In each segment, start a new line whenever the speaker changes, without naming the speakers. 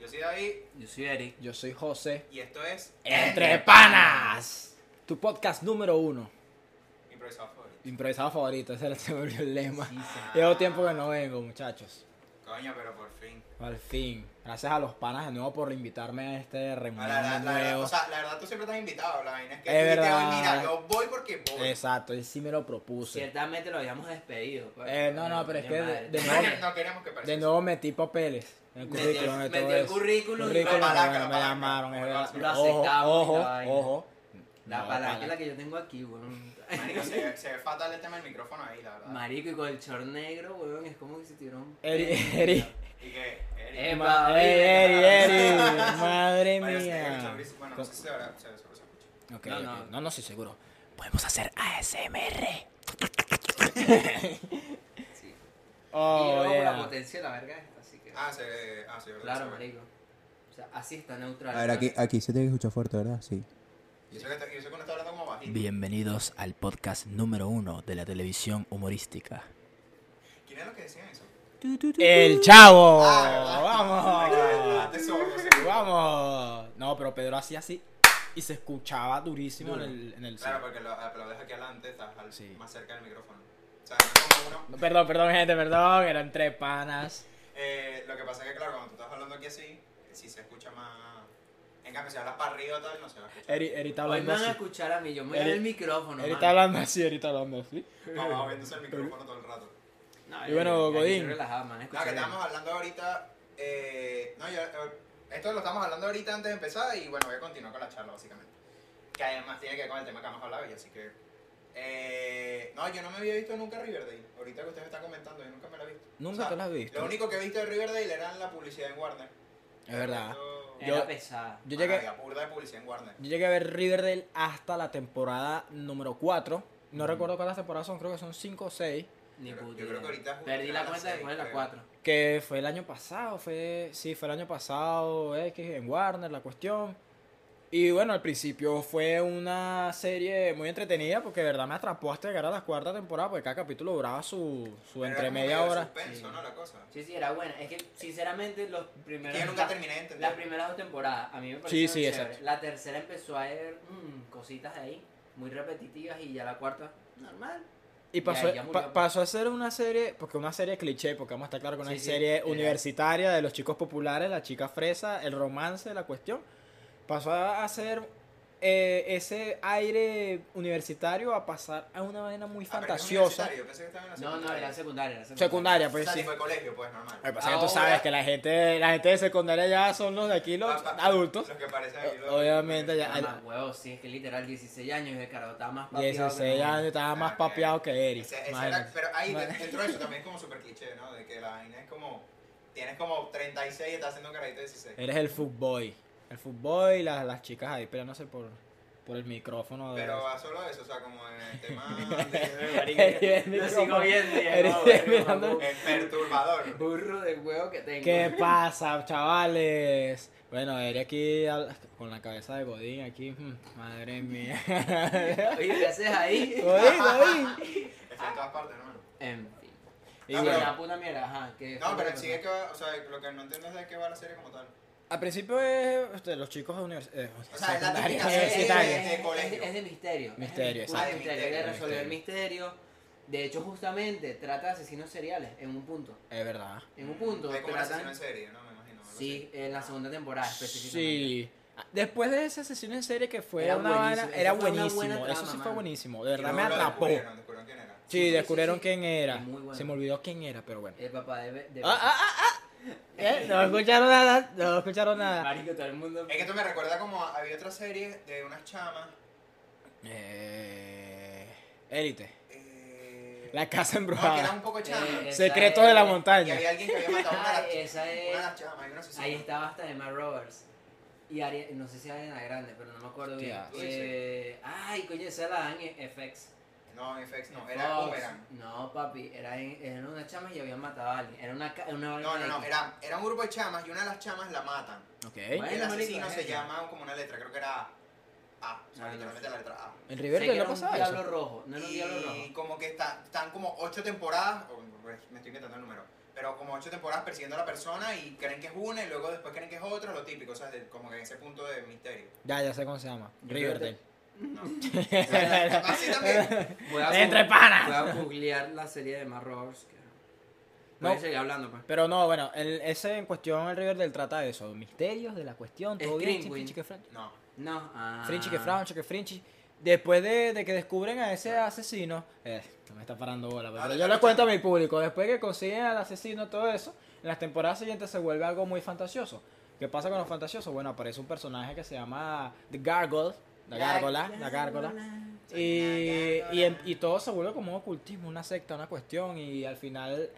Yo soy David
Yo soy Eric.
Yo soy José.
y esto es
Entre Panas. Tu podcast número uno.
improvisado favorito.
Improvisado favorito, ese era- se me olvidó el lema.
Sí, sí.
Llevo tiempo que no vengo, muchachos.
Coño, pero por fin.
Al fin. Gracias a los panas de nuevo por invitarme a este
La, la- la-
reunión
la verdad,
nuevo.
o sea, la verdad tú siempre estás invitado. La vaina es que
Es
tú dijiste,
verdad.
"Oye, mira, yo voy porque voy.
Exacto, él sí me lo propuse.
Ciertamente lo habíamos despedido. pues.
Eh, no, no, pero es que de-
Madre.
de
No,
nuevo-
que- no queremos que parezca.
De nuevo metí papeles en el
Metió-
currículum de todo
metió el
eso.
currículum y
la palanca,
bueno,
la
me
palanca.
llamaron, es verdad.
Lo
aceptamos y
ojo,
la vaina.
ojo, ojo.
La
No,
palanca
pana.
es la que yo tengo aquí, weón.
Marico, se, ve- se ve fatal el tema del micrófono ahí, la verdad.
Marico, y con el short negro, weón, es como que se tiró un...
Eri, Eri.
Y que, Eric,
Eh,
Ma-
Madre
Eri, Eri,
mía.
Eri. Madre
Mario, se escucha
mía.
gris- Bueno, no sé si se verá, se, se- se escucha.
Ok,
No,
ok.
no.
no, no, sí, seguro. Podemos hacer ASMR.
Sí. Y
Oh,
luego
yeah.
la potencia de la verga esta, así que...
Ah, se ve, ah, sí, verdad. se
claro,
ve.
marico. O sea, así está neutral.
A ver, aquí, aquí se tiene que escuchar fuerte, ¿verdad? Sí.
Y eso que está- y eso que uno está hablando como bajito.
Bienvenidos al podcast número uno de la televisión humorística.
¿Quién es lo que decían eso?
El chavo.
Ah,
Oh, Vamos.
¿verdad? Te sobra, sí.
Vamos. No, pero Pedro hacía así y se escuchaba durísimo en el, en el
Claro, porque lo aplaudes aquí adelante, estás al-
Sí.
más cerca del micrófono. O sea, no es como uno.
No, Perdón, perdón, gente, perdón. Eran tres panas.
Eh, lo que pasa es que, claro, cuando tú estás hablando aquí así, si se escucha más. En cambio, si hablas para arriba o tal, no se va a escuchar.
Eri, Eri está
Hoy me
hablando
van a
así.
escuchar a mí, yo me voy a dar el
Eri-
micrófono,
Eri está
mano.
hablando así, Eri está hablando así.
Vamos moviéndose el micrófono todo el rato.
No,
Y bueno,
aquí
Godín.
relajado, me van
No,
a escuchar
que
bien.
estábamos hablando ahorita. Eh, no, yo, eh, esto lo estamos hablando ahorita antes de empezar y bueno, voy a continuar con la charla básicamente. Que además tiene que ver con el tema que hemos hablado y así que. eh, no, yo no me había visto nunca Riverdale. Ahorita que ustedes están comentando, yo nunca me la he visto.
Nunca
O sea,
te la has visto.
Lo único que he visto de Riverdale era en la publicidad en Warner.
Es verdad.
Yo,
Era
Yo-
pesada.
Yo llegué,
Había burda de publicidad en Warner.
Yo llegué a ver Riverdale hasta la temporada número 4. No recuerdo cuántas temporadas son, creo que son 5 o 6.
Ni
Yo creo-
puta
yo creo que
idea.
ahorita
Perdí
justo
la
era
cuenta
las
después de
seis,
las
creo.
4.
Que fue el año pasado, fue. Sí, fue el año pasado, eh, que en Warner, la cuestión. Y bueno, al principio fue una serie muy entretenida porque de verdad me atrapó hasta llegar a la cuarta temporada porque cada capítulo duraba su, su
Pero era
entre
como
media
medio
hora.
suspenso, ¿no? La cosa.
Sí, sí, era buena. Es que, sinceramente, los primeros...
Que yo nunca terminé de entender.
Las primeras dos temporadas, a mí me
Sí,
parecieron
sí,
chéveres.
exacto.
La tercera empezó a ver mm, cositas ahí, muy repetitivas, y ya la cuarta, normal.
Y pasó,
ya murió,
pa-
pues.
pasó a ser una serie, porque una serie cliché, porque vamos a estar claro que una
Sí, sí,
serie
era-
universitaria de los chicos populares, la chica fresa, el romance, la cuestión. Pasó a ser eh, ese aire universitario a pasar a una manera muy
Ah, pero es
fantasiosa.
universitario, Yo pensé que estaba en la
No, no,
secundaria.
era secundaria. Era
Secundaria,
O
pues
sea,
sí.
tipo de colegio, pues, normal.
Lo que pasa es que tú
Ahora-
sabes que la gente, la gente de secundaria ya son los de aquí, los
Pa- pa-
adultos.
Los eh, que parecen aquí los-
Obviamente
Ah,
ya
más huevo, sí, es que literal 16 años y el carajo estaba más
a
papeado.
16 años estaba más
Ah, ok.
papeado que Eric.
Ese- ese era-
imagínate.
pero ahí de-
Imagínate.
dentro de eso también es como súper cliché, ¿no? De que la vaina es como. Tienes como 36 y estás haciendo un carajito de 16.
Eres el footboy. El footboy y las, las chicas ahí peleándose por, por el micrófono. De
Pero va solo eso, o sea, como en el tema. Eh,
Eres el
Lo sigo
micrófono.
viendo y
Eres
es como,
el
verga,
mirando-
mamón,
Es perturbador.
burro de huevo que tengo.
¿Qué pasa, chavales? Bueno, Eri aquí al- con la cabeza de Godín aquí. mm, Madre mía.
Oye, ¿qué haces ahí?
Godín, Godín.
Está en todas partes, hermano.
En fin. Ah,
Y
No, pero-
sí,
bueno,
la puta mierda, ajá. que-
No, pero sí es que va. O sea, lo que no entiendo es de qué va la serie como tal.
al principio es este, los chicos de univers- eh,
O sea, es la
secundaria,
típica serie
universitaria.
de- eh, colegio.
Es de misterio. es de
Misterio,
puro
exacto.
misterio, hay que
Misterio,
resolver el misterio. De hecho, justamente trata de asesinos seriales en un punto.
Es verdad.
En un punto
Es Mm, como un asesino
tratan.
en serie, ¿no? Me imagino. algo
Sí,
así.
en la segunda temporada Ah, específicamente.
Sí. Ah, Después de esa sesión en serie que fue
Era
una vaina-
buenísimo,
era
eso fue una buena
buenísimo. eso
trama,
sí fue
mano.
buenísimo. De
Y
verdad me
luego lo
atrapó.
descubrieron, descubrieron quién era.
Sí,
Sí, sí,
descubrieron
sí.
quién era.
Muy bueno.
Se me olvidó quién era, pero bueno.
El papá de. de
Ah, ah, ah, ah. Eh, No escucharon nada, no escucharon nada.
Marico, todo el mundo.
Es que esto me recuerda como a- había otra serie de unas chamas.
Eh, Élite.
eh,
La casa
No, que era
embrujada.
un poco chama.
Eh, esa
Secretos de la
es-
Y
montaña.
había alguien que había matado a una de las
Ay, esa
Una de
es.
las chamas, yo no sé si.
Ahí estaba hasta Emma Roberts. Y Ari- no sé si Ariana Grande, pero no me acuerdo bien.
Hostia.
Eh, ay, coño, esa la dan en FX.
No, en FX no, era
Fox.
Boomerang.
No, papi, era en, eran unas chamas y habían matado a alguien. Era una, ca- era una vaina
No, no, no,
X.
era, era un grupo de chamas y una de las chamas la matan.
Ok.
Bueno,
el
marico, eh.
asesino
es
se
eso.
llama como una letra, creo que era A. O sea,
Ah,
literalmente la letra A.
En
Sé que
River
era
no
un
pasaba
diablo
eso.
rojo, no era un diablo rojo.
Y como que está- están como ocho temporadas, o, me estoy inventando el número, pero como ocho temporadas persiguiendo a la persona y creen que es una y luego después creen que es otra, lo típico, o sea, de- como que en ese punto de misterio.
Ya, ya sé cómo se llama.
Yo creo
Riverdale.
No. Así también.
Voy a
Entre
gu-
panas.
Voy a googlear la serie de Mark Roberts. Que...
No.
Voy a seguir hablando, pues.
Pero no, bueno, el- ese en cuestión, el Riverdale trata de eso. Misterios de la cuestión,
Es
todo bien.
Green
chin,
Queen.
chin, chique, fran-
No.
No. Ah.
Frinchi que Franchi que Frinchi. Después de, de que descubren a ese asesino, eh, no me está parando bola, pero
Ahora
yo
te
le
escucho.
cuento a mi público. Después que consiguen al asesino, todo eso, en las temporadas siguientes se vuelve algo muy fantasioso. ¿Qué pasa con los fantasiosos? Bueno, aparece un personaje que se llama The Gargoyle, la gárgola, la gárgola. Y, y, en- y todo se vuelve como un ocultismo, una secta, una cuestión. Y al final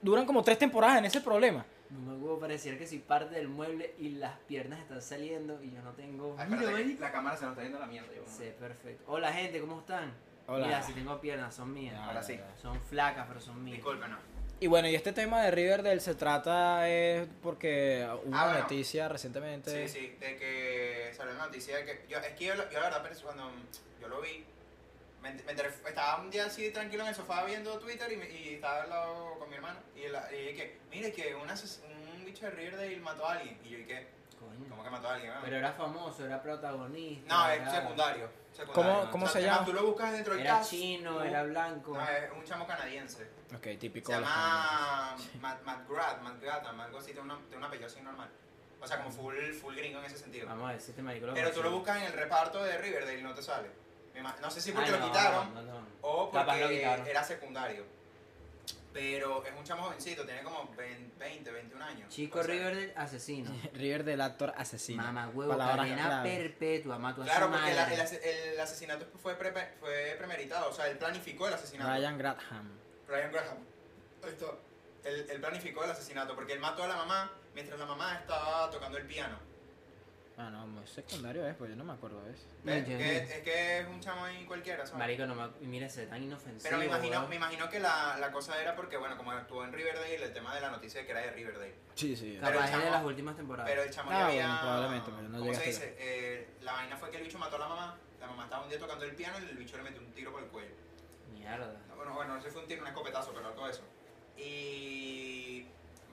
duran como tres temporadas en ese problema.
No me puedo parecer que soy parte del mueble y las piernas están saliendo y yo no tengo.
Ay, Ah, espérate,
Mira,
que la cámara se nos está yendo a la mierda. yo-
Sí, perfecto. Hola, gente, ¿cómo están?
Hola.
Mira, si tengo piernas, son mías.
Ahora sí.
Son flacas, pero son mías.
Discúlpenos.
Y bueno, y este tema de Riverdale se trata es porque hubo una
Ah, bueno.
noticia recientemente.
Sí, sí, de que salió la noticia de que. Yo, es que yo, lo- yo la verdad, pero cuando yo lo vi, me, ent- me enteré- estaba un día así tranquilo en el sofá viendo Twitter y, me- y estaba al lado con mi hermano. Y, la, y que, mire, que un, ases- un bicho de Riverdale mató a alguien. Y yo, ¿y qué?
Coño.
¿Cómo que mató a alguien? weón?
Pero era famoso, era protagonista.
no,
era-
es secundario. secundario.
¿Cómo- cómo se
es
llama?
más, Tú lo buscas dentro del
Era
cast,
chino,
tú-
era blanco.
No, es un chamo canadiense.
Ok, típico.
Se llama Matt, Matt Grad, Matt Gratham, algo así, tiene, una, tiene un apellido así normal. O sea, como full, full gringo en ese sentido.
Vamos a ver si este marico lo
Pero tú lo
conoce.
buscas en el reparto de Riverdale y no te sale. Me ima- No sé si porque
Ah,
lo
no,
quitaron
no, no, no.
o
Capaz lo
porque
quitaron.
era secundario. Pero es un chamo jovencito, tiene como 20, 20, 21 años.
Chico
O sea,
Riverdale, asesino.
Riverdale actor asesino.
Mamá huevo,
Palabras
cadena
clave.
perpetua, mato a
Claro,
su
porque
madre.
la- el, ase- el asesinato fue, prepe- fue premeditado, o sea, él planificó el asesinato.
Ryan Gradham.
Brian Graham. Ahí está. Él, él planificó el asesinato porque él mató a la mamá mientras la mamá estaba tocando el piano.
Ah, no, muy secundario es, pues yo no me acuerdo de eso.
No,
¿Ves?
yo
Que-
no.
es que es un chamo ahí cualquiera, ¿sabes?
Marico, no me... y Mira, ese tan inofensivo.
Pero me imagino,
weón.
me imagino que la, la cosa era porque, bueno, como actuó en Riverdale, el tema de la noticia de que era de Riverdale.
Sí, sí.
Claro. pero
Capaz
el
es de
chamo-
las últimas temporadas.
Pero el chamo
Ah,
ya
bueno,
había...
probablemente, pero no
¿Cómo se
llegaste
dice? Eh, la vaina fue que el bicho mató a la mamá. La mamá estaba un día tocando el piano y el bicho le metió un tiro por el cuello.
Mierda.
No, Bueno, bueno, no sé si fue un tiro, un escopetazo, pero algo de eso. Y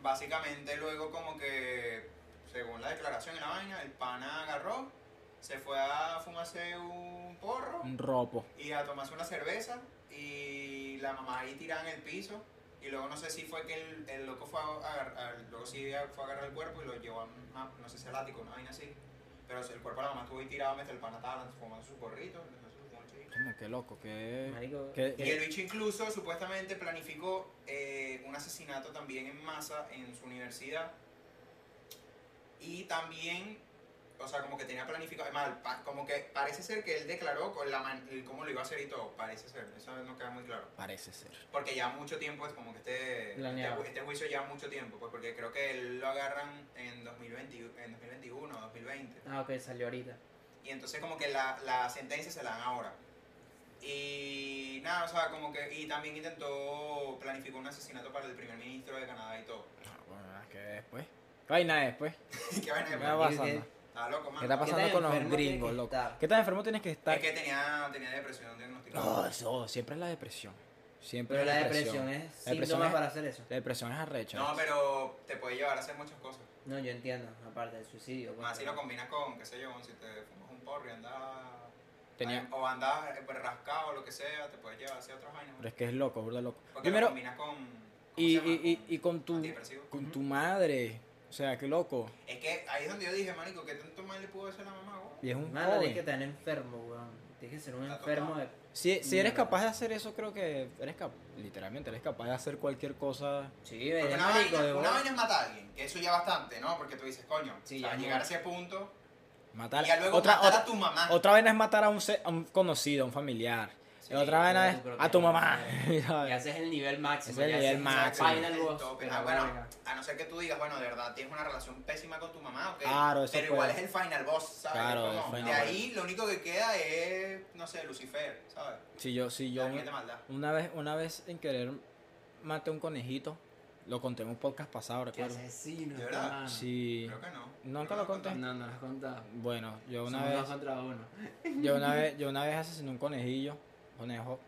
básicamente luego como que, según la declaración en la vaina, el pana agarró, se fue a fumarse un porro
Un ropo.
y a tomarse una cerveza y la mamá ahí tirada en el piso. Y luego no sé si fue que el, el loco fue a agarrar, luego sí fue a agarrar el cuerpo y lo llevó a, ma- no sé si al ático, una vaina así. Pero el cuerpo de la mamá estuvo ahí tirado mientras el pana estaba fumando su porrito, no sé, fumó un chiquito.
Coño, qué loco, qué.
Marico.
qué-
Y el bicho incluso supuestamente planificó eh, un asesinato también en masa en su universidad. Y también, o sea, como que tenía planificado, es más, pa- como que parece ser que él declaró con la man- el cómo lo iba a hacer y todo, parece ser, eso no queda muy claro.
Parece ser.
Porque ya mucho tiempo, es como que este, este,
Planeado.
ju- este juicio ya mucho tiempo, pues porque creo que él lo agarran en, 2020, en 2021 o 2020.
Ah, ok, salió ahorita.
Y entonces como que la, la sentencia se la dan ahora. Y nada, o sea, como que... Y también intentó, planificó un asesinato para el primer ministro de Canadá y todo.
Ah, bueno, ¿qué después? ¿Qué pues. vaina pues. después?
¿Qué vaina,
¿Qué
hermano?
está
Marico,
pasando?
¿qué-
Estaba loco,
¿Qué está
man.
pas-
pasando
tan
con los
enfermo tienes
gringos,
que
loco?
estar?
¿Qué tan enfermo tienes que estar?
Es que tenía, tenía depresión diagnosticada.
No, eso, siempre es la depresión. Siempre
Pero
es
la depresión es
La depresión
síntoma
es-
para hacer eso.
La depresión es arrecha.
No, pero te puede llevar a hacer muchas cosas.
No, yo entiendo, aparte del suicidio. pues.
Más si lo combinas con, qué sé yo, si te fumas un porro y andas...
Tenía-
O andas eh, pues, rascado o lo que sea, te puede llevar a hacer otras vainas.
Pero es que es loco, burda loco.
Porque lo
Primero,
combinas con... ¿cómo
y,
se llama?
y, y, y con tu
antidepresivo.
con tu madre. O sea, qué loco.
Es que ahí es donde yo dije, marico, ¿qué tanto mal le pudo hacer a la mamá, güey?
Y es un
Mano, tienes
joven.
que estar enfermo, weón. Tienes que ser un
Está
enfermo
tocado.
de.
Si, si
Mm.
eres
Mierda.
capaz de hacer eso, creo que eres cap- literalmente eres capaz de hacer cualquier cosa.
Sí,
Porque
eres
una,
marico,
vaina,
de
una
bola.
vaina es matar a alguien, que eso ya bastante, ¿no? Porque tú dices, coño,
Sí,
o sea,
ya
llegar
no.
a ese punto
Matar.
y ya luego
otra,
matar
otra,
a tu mamá.
otra vaina es matar a un, se- a un conocido, a un familiar.
Sí,
otra vaina
claro,
es
pero
a tu
que- eh,
mamá.
Y haces el nivel máximo.
Es el
ya
nivel
haces
máximo.
Final
El
boss,
tope.
pero
Ah, bueno,
verga.
a no ser que tú digas, bueno, de verdad, tienes una relación pésima con tu mamá, ok.
Claro, eso
Pero igual es
puede.
el final boss, ¿sabes?
Claro,
Como,
el final
de
boss.
ahí lo único que queda es, no sé, Lucifer, ¿sabes?
si yo, si yo
Yo de maldad.
una vez, una vez en querer maté a un conejito, lo conté en un podcast pasado,
Qué
recuerdo.
asesino,
¿De verdad?
hermano.
Sí.
Creo que no.
Nunca
Creo
lo
que
conté.
contaste.
No, no lo has contado.
Bueno, yo una
Somos
vez.
dos contra uno.
Yo una vez, yo una vez asesiné un conejillo, conejo,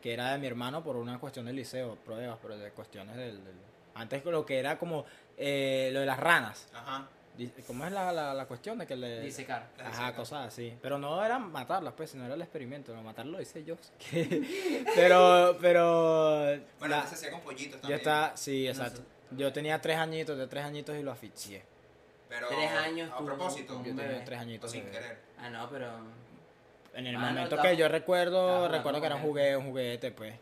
que era de mi hermano por una cuestión del liceo, pruebas, pero de cuestiones del... del- Antes lo que era como eh, lo de las ranas.
Ajá.
Di- ¿Cómo es la, la, la cuestión de que le...
Disecar.
Ajá, cosas así. Pero no era matarlas, pues, sino era el experimento. No, matarlo hice yo. Que- pero, pero...
Bueno,
la-
se hacía con pollitos
yo
también.
está, sí,
No
exacto.
sé.
Yo tenía tres añitos, de tres añitos y lo asfixié.
Pero
Tres años
a
tú-
propósito,
Un
Yo tenía
bebé.
tres
o
añitos.
sin
de-
querer.
Ah, no, pero.
En el
Ah, no,
momento
estaba-
que yo recuerdo,
estaba
recuerdo
jugando
que era un
con
juguete, un juguete, pues.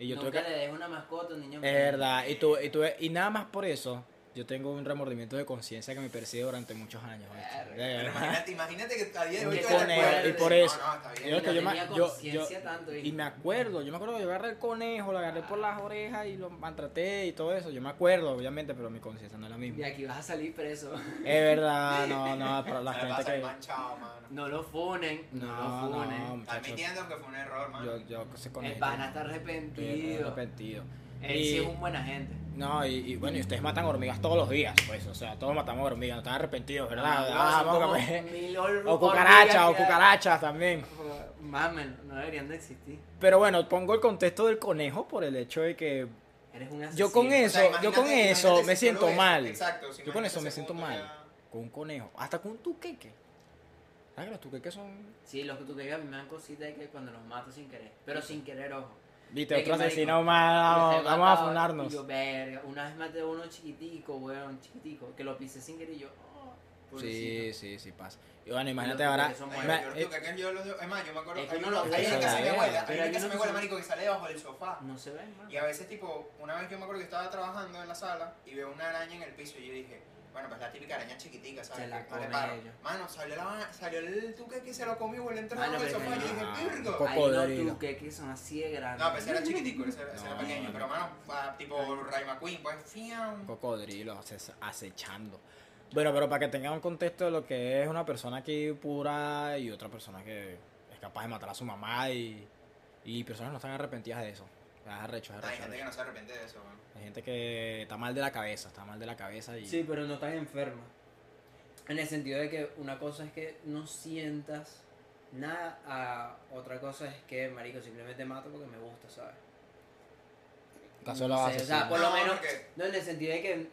Y yo
nunca
tuve que...
le des una mascota a un niño.
Es
pequeño.
verdad, y, tuve- y, tuve- y nada más por eso, yo tengo un remordimiento de conciencia que me persigue durante muchos años. ¿oíste?
Verga.
De verdad.
Pero imagínate, imagínate que a día de hoy
Y
te
con
acuerdas
él, y
de-
por
no,
eso.
No, está bien.
Yo
Y
es que
no
yo me-
tenía
yo- yo-
conciencia tanto. Y,
Y me acuerdo, yo me acuerdo que yo agarré el conejo, lo agarré por las orejas y lo maltraté y todo eso. Yo me acuerdo, obviamente, pero mi conciencia no es la
de
misma.
aquí vas a salir preso.
Es verdad, no, no, pero la
Me vas
gente
a ser
que...
manchado, mano.
No lo funen. No,
No,
lo
no,
funen. Eh,
muchachos.
Admitiendo que fue un error, mano.
Yo, yo ese
el
conejo...
pana está
estoy arrepentido.
arrepentido. Él sí
Y-
es un buena gente.
No, y, y bueno, y ustedes matan hormigas todos los días, pues, o sea, todos matamos hormigas, no están arrepentidos, ¿verdad?
No,
Ah,
son
vamos a
como
comer.
mil hor-
O cucarachas, o
hormigas que-
cucarachas también.
Mamen, no deberían de existir.
Pero bueno, pongo el contexto del conejo por el hecho de que
Eres un asesino.
Yo con
O sea,
eso,
imagínate-
yo con
imagínate
eso
si
me
tú
siento
lo ves,
mal.
Exacto. si
yo con eso
imagínate
me
ese
siento
punto
mal.
ya-
Con un conejo, hasta con un tuqueque. ¿Sabes que los tuqueques son...
Sí, los que tú que a mí me dan cositas de que cuando los mato sin querer. Pero sin querer, ojo.
Viste,
Ve
otro
que, marico,
asesino
Los
más, vamos,
he
vamos a
matado,
funarnos.
y yo, verga, una vez maté a uno chiquitico, weón, chiquitico, que lo pisé sin querer y yo, oh, pobrecito.
Sí, sí, sí pasa. Y bueno, imagínate
los
ahora...
tuqueques son
Ay,
buenos.
ima-
yo
eh,
creo que yo los- Es más, yo me acuerdo.
Es que
Hay
uno
uno-
lo
hay
ve,
una casa de mi
pero
abuela. Hay
hay
una casa
unos
de mi
que
abuela,
son-
marico, que sale debajo del sofá.
No se ven, man.
Y a veces, tipo, una vez yo me acuerdo que estaba trabajando en la sala y veo una araña en el piso y yo dije, bueno, pues la típica araña chiquitica, ¿sabes?
Se la
Que no le
come
paro.
ellos.
Mano, salió, la, salió el tuque que se lo comió y le entró
Mano,
en el
pero-
sofá y yo dije,
Ah,
"Virgo".
co-
Hay unos
Cocodrilo.
tuqueques son así de grandes.
No, pues era chiquitico, ese era, ese era
No,
pequeño,
no.
pero mano, ah, tipo Ray McQueen, pues, fiam.
Cocodrilo ases- acechando. Bueno, pero para que tengan un contexto de lo que es una persona aquí pura y otra persona que es capaz de matar a su mamá y, y personas que no están arrepentidas de eso. Ah, Es arrecho, es
Hay
arrecho,
gente que
arrecho.
no se arrepiente de eso, mano.
Hay gente que está mal de la cabeza, está mal de la cabeza y...
Sí, pero no tan enferma. En el sentido de que una cosa es que no sientas nada, a otra cosa es que, marico, simplemente mato porque me gusta, ¿sabes?
Caso de
No
los
sé, o sea,
asesinos.
por lo
No,
menos,
porque-
no en el sentido de que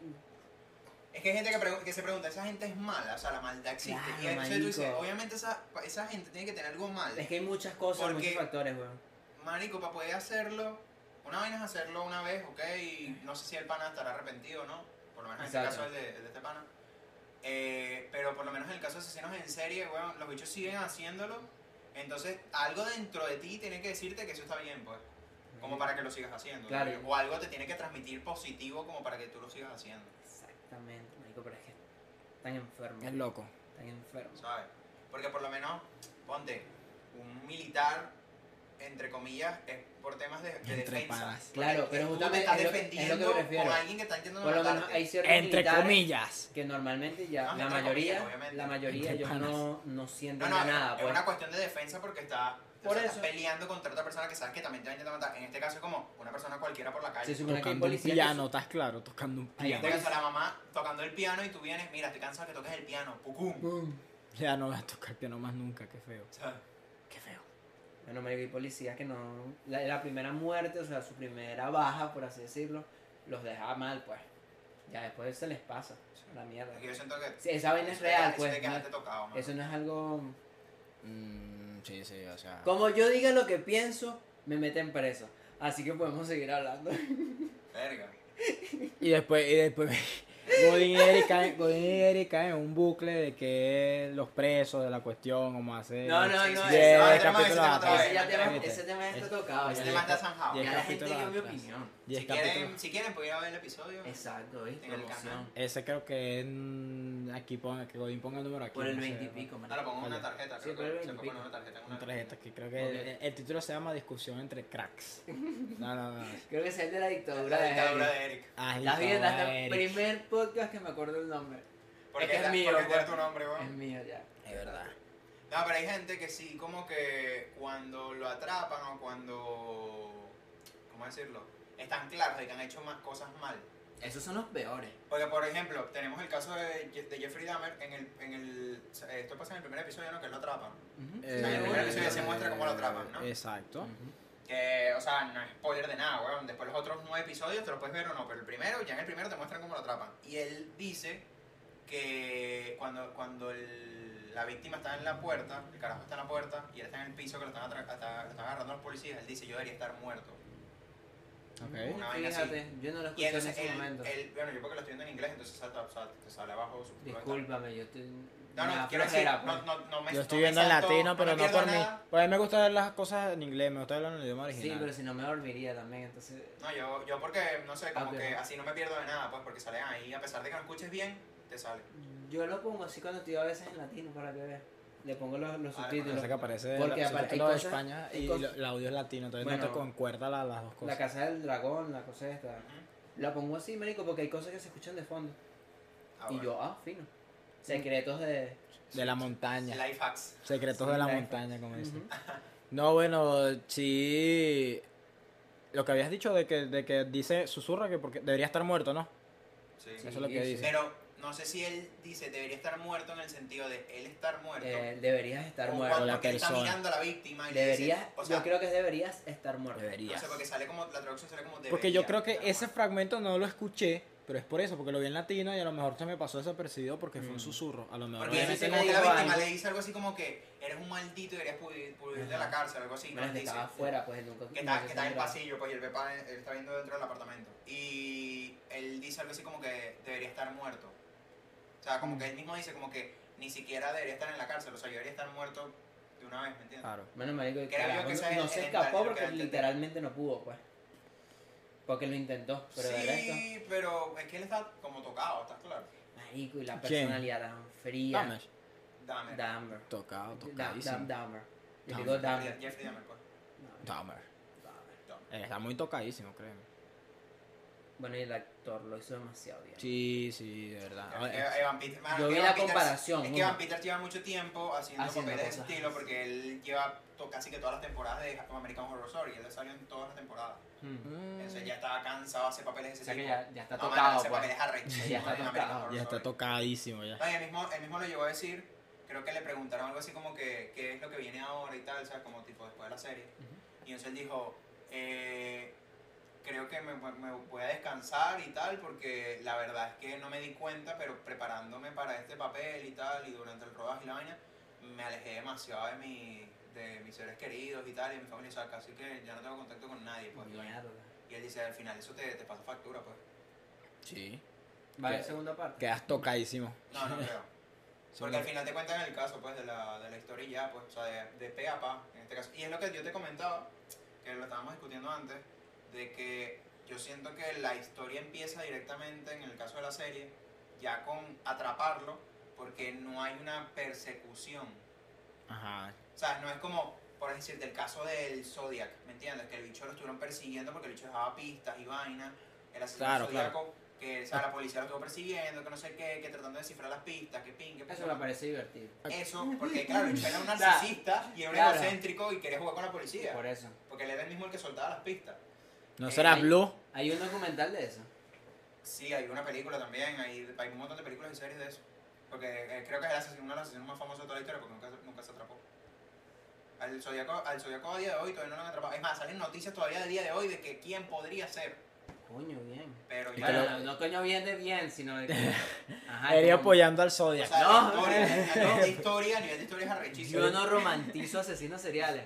Es que hay gente que, pregu- que se pregunta, esa gente es mala, o sea, la maldad existe.
Claro,
y entonces tú dices,
marico.
obviamente esa, esa gente tiene que tener algo mal.
es que hay muchas cosas,
Porque-
muchos factores, weón.
Marico, para poder hacerlo, una vaina es hacerlo una vez, ok, y no sé si el pana estará arrepentido o no, por lo menos en este
Exacto.
caso el de, el de este pana. Eh, pero por lo menos en el caso de asesinos en serie, weón, los bichos siguen haciéndolo, entonces algo dentro de ti tiene que decirte que eso está bien, pues, como para que lo sigas haciendo.
Claro.
O algo te tiene que transmitir positivo como para que tú lo sigas haciendo,
Exactamente, marico, pero es que están enfermos.
Es loco.
Están enfermos.
¿sabes? Porque por lo menos, ponte, un militar, entre comillas, es por temas de, de
Entre
defensa.
panas.
Claro,
Porque
pero
tú te
justamente
estás
es lo- es
defendiendo
lo que me refiero.
con alguien que está intentando
Por lo menos
matarte.
hay ciertos
Entre
militares
comillas.
que normalmente ya
No,
la
entre
mayoría,
comillas, obviamente.
la mayoría
Entre
ellos
panas.
no, no sienten
No, no,
nada,
es
pues.
una cuestión de defensa porque está, o
Por
sea, estás
eso.
peleando contra otra persona que sabes que también te va a intentar matar. En este caso es como una persona cualquiera por la calle.
Se supone que hay
Tocando un
policías que
piano, estás claro, tocando un
Te
Ahí
piano.
cansa la mamá tocando el piano y tú vienes, mira, estoy cansado que toques el piano, pucum.
son-
Ya no vas a tocar piano más nunca, qué feo.
O sea,
Qué feo.
Bueno, marico, hay policías que no... La, la primera muerte, o sea, su primera baja, por así decirlo, los deja mal, pues. Ya después se les pasa. La mierda.
aquí yo siento que
Sí, esa vaina es
eso
real,
te- eso
pues.
te
no-
quedaste tocado, mano.
eso no es algo...
Mm, sí, sí, o sea...
Como yo diga lo que pienso, me meten preso. Así que podemos seguir hablando.
Verga.
Y después, y después Godín y Eric caen, Godín y Eric caen en un bucle de que los presos de la cuestión, como hacer.
No, no,
Sí,
no,
sí,
ese-
sí, no, este
ese
ese tema- ese
capítulo
tema
atrás.
Ah, está-
ya tema-
viste.
ese tema ya está tocado.
Ese
ya.
tema está zanjado.
Y
Ya
el
la gente
capítulo
dio mi
atrás.
opinión.
Diez
Si
capítulos.
quieren, si quieren, pudieran ver el episodio.
Exacto, ¿viste?
En el
Emoción.
canal.
Ese creo que es. mm, Aquí ponga, que Godín ponga el número aquí.
Por el
no sé,
20 y pico,
No, le
marico.
pongo una
Vale.
tarjeta,
Sí,
creo
pero
que se
el
puede poner una tarjeta en
Una
una
tarjeta este, que creo que.
Ok.
El, el título se llama Discusión entre cracks. No, no, no.
Creo que ese es de la dictadura
La
de
dictadura
Eric.
de Eric.
Ah,
Las viendo hasta el
Eric.
primer podcast que me acuerdo el nombre.
Porque
que es
la-
mío,
porque tiene
pues.
tu nombre, weón.
Es mío ya.
Es verdad.
No, pero hay gente que sí, como que cuando lo atrapan o cuando. ¿Cómo decirlo? Están claros de que han hecho más cosas mal.
Esos son los peores.
Porque, por ejemplo, tenemos el caso de, Je- de Jeffrey Dahmer en el, en el. Esto pasa en el primer episodio, ¿no? Eh, Que lo atrapan.
Ujú.
en el primer episodio se muestra cómo lo atrapan, ¿no?
Eh, Exacto.
Ujú.
Que, o sea, no es spoiler de nada, weón. Después los otros nueve episodios te los puedes ver o no, pero el primero, ya en el primero te muestran cómo lo atrapan. Y él dice que cuando, cuando el- la víctima está en la puerta, el carajo está en la puerta y él está en el piso que lo están, atra- ata- lo están agarrando los policías, él dice, yo debería estar muerto.
Ok.
Mm.
Una vaina así.
Fíjate, yo no lo
Y
escuché en
entonces
ese
él,
momento.
él- bueno, yo porque lo estoy viendo en inglés, entonces salta, salta- te sale abajo su
Discúlpame, yo estoy.
No,
me da
no, quiero decir,
flojera,
no,
pues.
no, no me
Yo estoy
no me
viendo en
salto,
latino,
me
pero no
pierdo
por mí.
nada.
Pues a mí me gusta ver las cosas en inglés, me gusta hablar en el idioma
Sí,
original.
pero si no me dormiría también, entonces.
No, yo, yo porque, no sé, como
Ah, ok.
que así no me pierdo de nada, pues, porque salen ahí, a pesar de que no escuches bien, te sale.
Mm, Yo lo pongo así cuando estoy a veces en latino para que veas. Le pongo los, los
Ah,
O
subtítulos.
sea que aparece
Porque
el
apare- hay
subtítulo de
cosas-
España
hay
y
cosas-
lo- el audio es latino, entonces no te
Bueno,
concuerda la- las dos
La
cosas.
casa del dragón, la cosa esta.
Ujú.
La pongo así, marico, porque hay cosas que se escuchan de fondo.
Ah,
y
bueno.
yo, ah, fino. Secretos de.
De la montaña.
Life hacks.
Secretos
Sí,
de la
la-
montaña, como dicen.
Ujú.
No, bueno, sí. Lo que habías dicho de que, de que dice, susurra que porque debería estar muerto, ¿no?
Sí.
Eso es lo que
sí.
dice.
Pero no sé si él dice debería estar muerto en el sentido de él estar muerto.
Eh, deberías estar
o
muerto.
cuando
la
que él
persona.
está mirando a la víctima y le dice,
Deberías,
o sea,
yo creo que es deberías estar muerto.
no
Debería.
sé, porque sale como, la traducción sale como debería.
Porque yo creo que
estar
ese
muerto.
fragmento no lo escuché, pero es por eso, porque lo vi en latino y a lo mejor se me pasó desapercibido porque fue un
Mm.
susurro. A lo mejor.
Porque él
Obviamente
dice
no
como que la
digo
víctima
algo.
le dice algo así como que eres un maldito y deberías pudri- pudrirte a
Ajá.
la cárcel, algo así. ¿no?
Menos
Él
que
dice,
estaba afuera, pues él nunca.
que
no
está,
se
que está en el
enteraba.
pasillo, pues, y él, ve pa- él está viendo dentro del apartamento. Y él dice algo así como que debería estar muerto. O sea, como que él mismo dice como que ni siquiera debería estar en la cárcel, o sea, yo debería estar muerto de una vez, ¿me entiendes?
Claro.
Bueno, marico, el
Creo yo
carajo
que
no-
ese es
no
el-
se
el
escapó
entendí,
porque
lo que entendí.
literalmente no pudo, pues. Porque lo intentó, pero de resto,
sí, pero es que él está como tocado, ¿estás claro?
marico, y la
¿Quién?
personalidad tan fría.
Dame.
Dahmer.
Dahmer.
Tocado,
Da-
tocadísimo.
da- Dahmer. Yo digo Dahmer.
Jeffrey- Jeffrey Dahmer, pues.
No,
Dahmer.
Dahmer.
Dahmer.
Eh, Está muy tocadísimo, créeme.
Bueno, y el actor lo hizo demasiado bien.
Sí, sí, de verdad. Ah, A ver,
Eh, Evan Peters- man,
Ah, Yo vi
Evan
la
Peters-
comparación,
Es que
uno.
Evan Peters lleva mucho tiempo haciendo,
Haciendo
papeles de
cosas.
ese estilo porque él lleva to- casi que todas las temporadas de American Horror Story. Él salió en todas las temporadas.
Mm.
mm,
Entonces ya estaba cansado de hacer papeles de ese
O sea que
tipo.
ya, ya está
No, mano,
tocado,
ese
pues.
papel es arrechísimo
Ya está
en American
tocado.
Horror
ya está
Story.
tocadísimo ya.
No, y él mismo, él mismo lo llegó a decir, creo que le preguntaron algo así como que qué es lo que viene ahora y tal, ¿sabes? Como tipo después de la serie. Y entonces él dijo, eh, creo que me, me voy a descansar y tal, porque la verdad es que no me di cuenta, pero preparándome para este papel y tal, y durante el rodaje y la vaina, me alejé demasiado de, mi, de mis seres queridos y tal, y de mi familia, o sea, casi que ya no tengo contacto con nadie. Pues,
Mierda.
y él dice, al final eso te, te pasa factura, pues.
Sí.
Vale,
Que-
segunda parte.
Quedas tocadísimo.
No, no creo. Porque al final te cuentan el caso, pues, de la, de la historia y ya, pues, o sea, de, de pe a pa, en este caso. Y es lo que yo te comentaba, que lo estábamos discutiendo antes, de que yo siento que la historia empieza directamente, en el caso de la serie, ya con atraparlo, porque no hay una persecución.
Eh,
Ajá.
O sea, no es como, por decir, del caso del Zodiac, ¿me entiendes? Que el bicho lo estuvieron persiguiendo porque el bicho dejaba pistas y vainas. El asesino
Claro,
Zodiaco, que, o sea, la policía lo estuvo persiguiendo, que no sé qué, que tratando de descifrar las pistas, que pin, que pin,
Eso me parece divertido.
eso, porque claro, él era un
Claro.
narcisista y era un
Claro.
egocéntrico y quería jugar con la policía.
Por eso.
Porque él era el mismo el que soltaba las pistas.
¿No
Eh,
será
hay-
Blue?
Hay un documental de eso.
Sí, hay una película también, hay, hay un montón de películas y series de eso. Porque eh, creo que es el asesino, uno de los asesinos más famosos de toda la historia porque nunca, nunca se atrapó. Al Zodíaco, al Zodíaco a día de hoy todavía no lo han atrapado. Es más, salen noticias todavía de día de hoy de que quién podría ser.
Coño, bien.
Pero
Y
ya...
que
Bueno,
lo-
no, no coño bien de bien, sino de que... Ajá,
Sería
como-
apoyando al
O
Zodiac.
sea, la
No.
historia, a nivel de historia, a nivel de historia es arrechísimo.
Yo no romantizo asesinos seriales.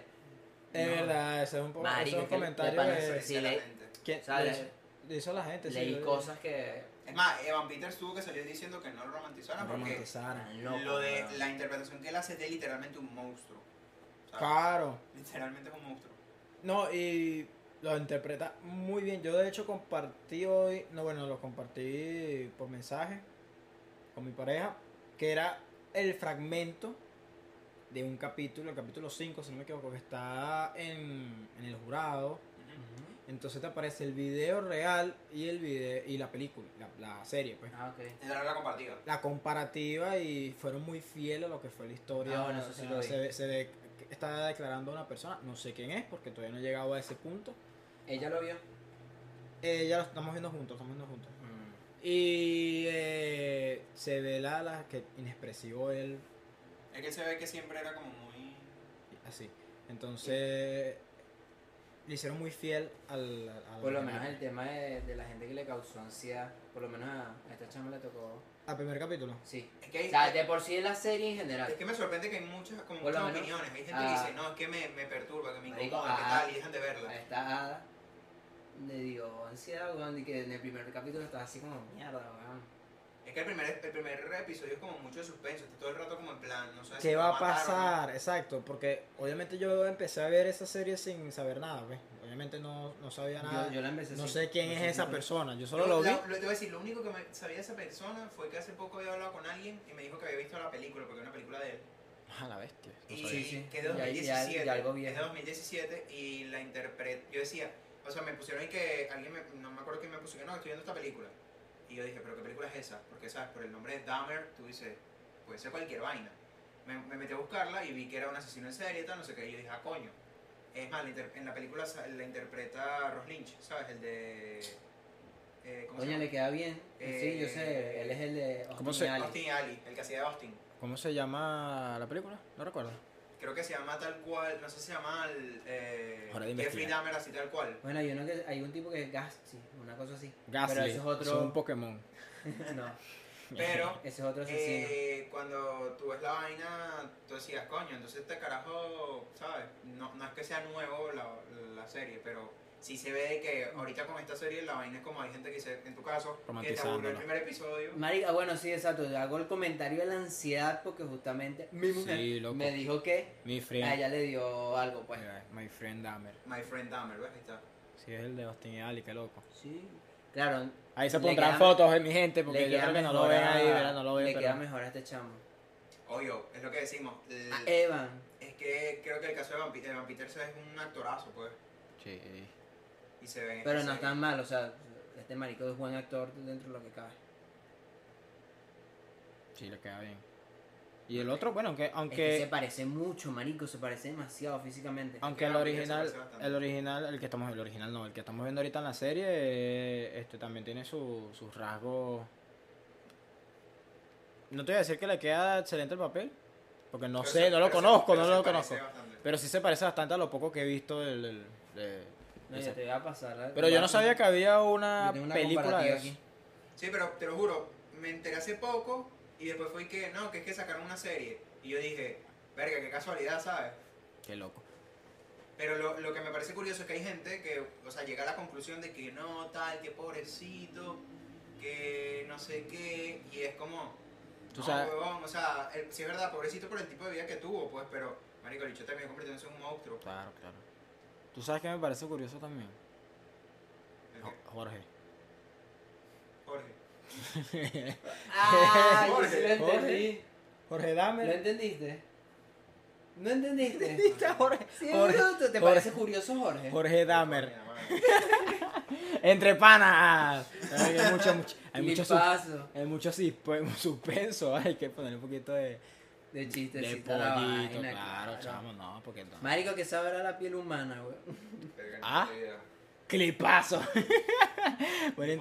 Es
No.
verdad, eso es un, poco
Marico,
eso es un
que- que
comentario
pana
de-
soy- sí, le-
Sinceramente.
¿Quién?
O sea,
lo
le-
hizo- lo hizo la gente, sí,
Leí
lo-
cosas que...
Es más, Evan Peters tuvo que salir diciendo que no lo romantizaran porque...
romantizaron.
eran locos,
lo de
weón.
la interpretación que él hace de literalmente un monstruo. O sea,
Claro.
literalmente es un monstruo.
No, y lo interpreta muy bien. Yo de hecho compartí hoy, no bueno, lo compartí por mensaje con mi pareja, que era el fragmento de un capítulo, el capítulo 5, si no me equivoco, que está en, en el jurado.
Ujú.
Entonces te aparece el video real y el video y la película, la, la serie, pues.
Ah, ok.
Esa era la compartida.
La comparativa y fueron muy fieles a lo que fue la historia.
Ah, bueno, eso sí lo vi.
se, ve- se ve que está declarando una persona, no sé quién es, porque todavía no he llegado a ese punto.
Ella lo vio.
Eh, ya lo estamos viendo juntos, estamos viendo juntos.
Mm.
Y eh, se ve la, la que inexpresivo él,
Es que se ve que siempre era como muy.
así. Entonces, le hicieron muy fiel al. al- al
Por lo
original.
menos el tema de, de la gente que le causó ansiedad, por lo menos a, a esta chama le tocó.
Al primer capítulo.
Sí.
Es
Eh,
que, hay-
O sea, de por sí en la serie en general.
es que me sorprende que hay muchas, como
Por lo
muchas
menos,
opiniones. Hay gente que
ah,
dice, no, es que me, me perturba, que me
marico,
incomoda, que
ah,
tal, y dejan de
A
verla.
esta hada le dio ansiedad, weón, y que en el primer capítulo estaba así como mierda, weón.
Es que el primer, el primer episodio es como mucho de suspenso, está todo el rato como en plan, no sabes
¿Qué
si Ah,
va
lo
a
mataron, ¿no?
pasar? Exacto, porque obviamente yo empecé a ver esa serie sin saber nada, pues. Obviamente no, no sabía nada.
Yo, yo la empecé
no
así.
sé quién
No
es
sé
esa
quién
persona, yo solo
Yo,
lo vi.
la- te voy a decir, lo único que me sabía de esa persona fue que hace poco había hablado con alguien y me dijo que había visto la película, porque era una película de él.
Ah,
A la bestia.
Y
sabía. Sí, sí.
que es de
Y ahí ya-
2017.
ya algo
es
viejo.
de 2017 y la interpreté. Yo decía, o sea, me pusieron ahí que alguien, me, no me acuerdo quién me puso, que no, estoy viendo esta película. Y yo dije, pero ¿qué película es esa? Porque, ¿sabes? Por el nombre de Dahmer, tú dices, puede ser cualquier vaina. Me, me metí a buscarla y vi que era un asesino en serie y tal, no sé qué. Y yo dije, ah, coño. Es más, la inter- en la película sa- la interpreta Ross Lynch, ¿sabes? El de. eh, ¿Cómo
Coño, le queda bien. sí, yo sé,
Eh,
él es el de Austin
¿cómo se-
y Ally.
Austin Ali, el que hacía de Austin.
¿Cómo se llama la película? No recuerdo.
Creo que se llama tal cual, no sé si se llama el, eh,
Hora
Jeffrey
de investigar.
Dahmer así tal cual.
Bueno, hay uno que hay un tipo que es Gasti, una cosa así.
Gasly.
Pero ese es otro.
eso un Pokémon.
no,
Pero
ese es otro asesino.
eh, cuando tú ves la vaina, tú decías, coño, entonces este carajo, ¿sabes? No, no es que sea nuevo la, la serie, pero sí se ve de que ahorita con esta serie la vaina es como hay gente que dice, en tu caso, que te aburrió el
Romantizándola.
primer episodio.
Marica, bueno, sí, exacto. Hago el comentario de la ansiedad porque justamente mi mujer
Sí, loco.
me dijo que
Mi
a
friend.
ella le dio algo, pues.
Mira, My friend Dahmer.
My Friend Dahmer, ¿ves? Ahí está.
Sí, es el de Austin y Ali, qué loco.
Sí. Claro,
Ahí se
Le
pondrán
queda-
fotos de mi gente,
le
porque yo
queda
creo que no
mejor
lo ven ahí,
a-
¿verdad? No lo ven,
le
pero...
queda mejor a este chamo.
Obvio, es lo que decimos. el-
Ah,
A
eh.
Evan.
es que creo que el caso de Van, Pe- de Van Peters es un actorazo, pues,
Sí.
y se ve en
Pero
esta
no es
serie.
tan mal, o sea, este marico es buen actor dentro de lo que cabe.
Sí, le queda bien. Y el otro, bueno, aunque
Es que
aunque
se parece mucho, marico, se parece demasiado físicamente.
aunque el
Claro, porque se
original,
parece bastante.
el original, el que estamos el original no, el que estamos viendo ahorita en la serie eh, este también tiene su- sus rasgos No te voy a decir que le queda excelente el papel, porque no
Pero
sé,
se-
no lo
pero se-
conozco,
pero
no
se
lo
parece
conozco.
bastante.
Pero sí se parece bastante a lo poco que he visto del, del- de-
No,
ese.
yo te voy a pasar. la-
Pero yo no sabía que había una,
Yo tengo una
película de
comparativa
eso.
aquí.
Sí, pero te lo juro, me enteré hace poco y después fue que no, que es que sacaron una serie. Y yo dije, verga, qué casualidad, ¿sabes?
Qué loco.
Pero lo, lo que me parece curioso es que hay gente que, o sea, llega a la conclusión de que no, tal, que pobrecito, que no sé qué, y es como,
Tú
no,
sabes-
huevón, o sea, el- sí es verdad, pobrecito por el tipo de vida que tuvo, pues, pero, marico, el bicho también convirtiéndose en un monstruo.
Claro, claro. Tú sabes que me parece curioso también.
El que-
Jo- Jorge.
Jorge.
Ah, yo sí
Jorge,
lo entendí.
Jorge
¿Lo
Dahmer.
entendiste? ¿No entendiste?
Jorge.
Sí,
Jorge-
bruto, ¿Te
Jorge-
parece curioso, Jorge?
Jorge Dahmer.
Mira, bueno.
Entre panas. Hay mucho, mucho, hay
Mi
mucho, su-
paso
hay mucho suspe- suspenso. Hay que poner un poquito de,
de
de
chistecito. a la
pollito.
vaina,
Claro, chamo, no, porque no.
Marico, que sabe a la piel humana, güey.
Verga,
Ah.
no tengo idea.
Clipazo. Buen
Puta, ya quiero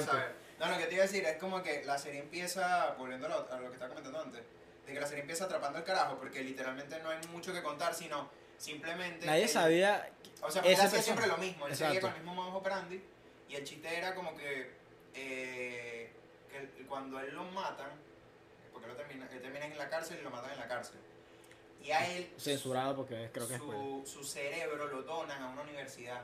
interrogante.
saber. No, lo que te iba a decir es como que la serie empieza, volviendo a lo, a lo que estaba comentando antes, de que la serie empieza atrapando al carajo, porque literalmente no hay mucho que contar, sino simplemente...
Nadie
el-
sabía.
O sea,
esa
él hacía
persona.
siempre lo mismo, él seguía
Exacto.
con el mismo modus operandi, y el chiste era como que, eh, que el- cuando él lo matan, porque lo termina, él termina en la cárcel y lo matan en la cárcel, y a él...
Censurado porque creo que es spoiler.
su, su cerebro lo donan a una universidad,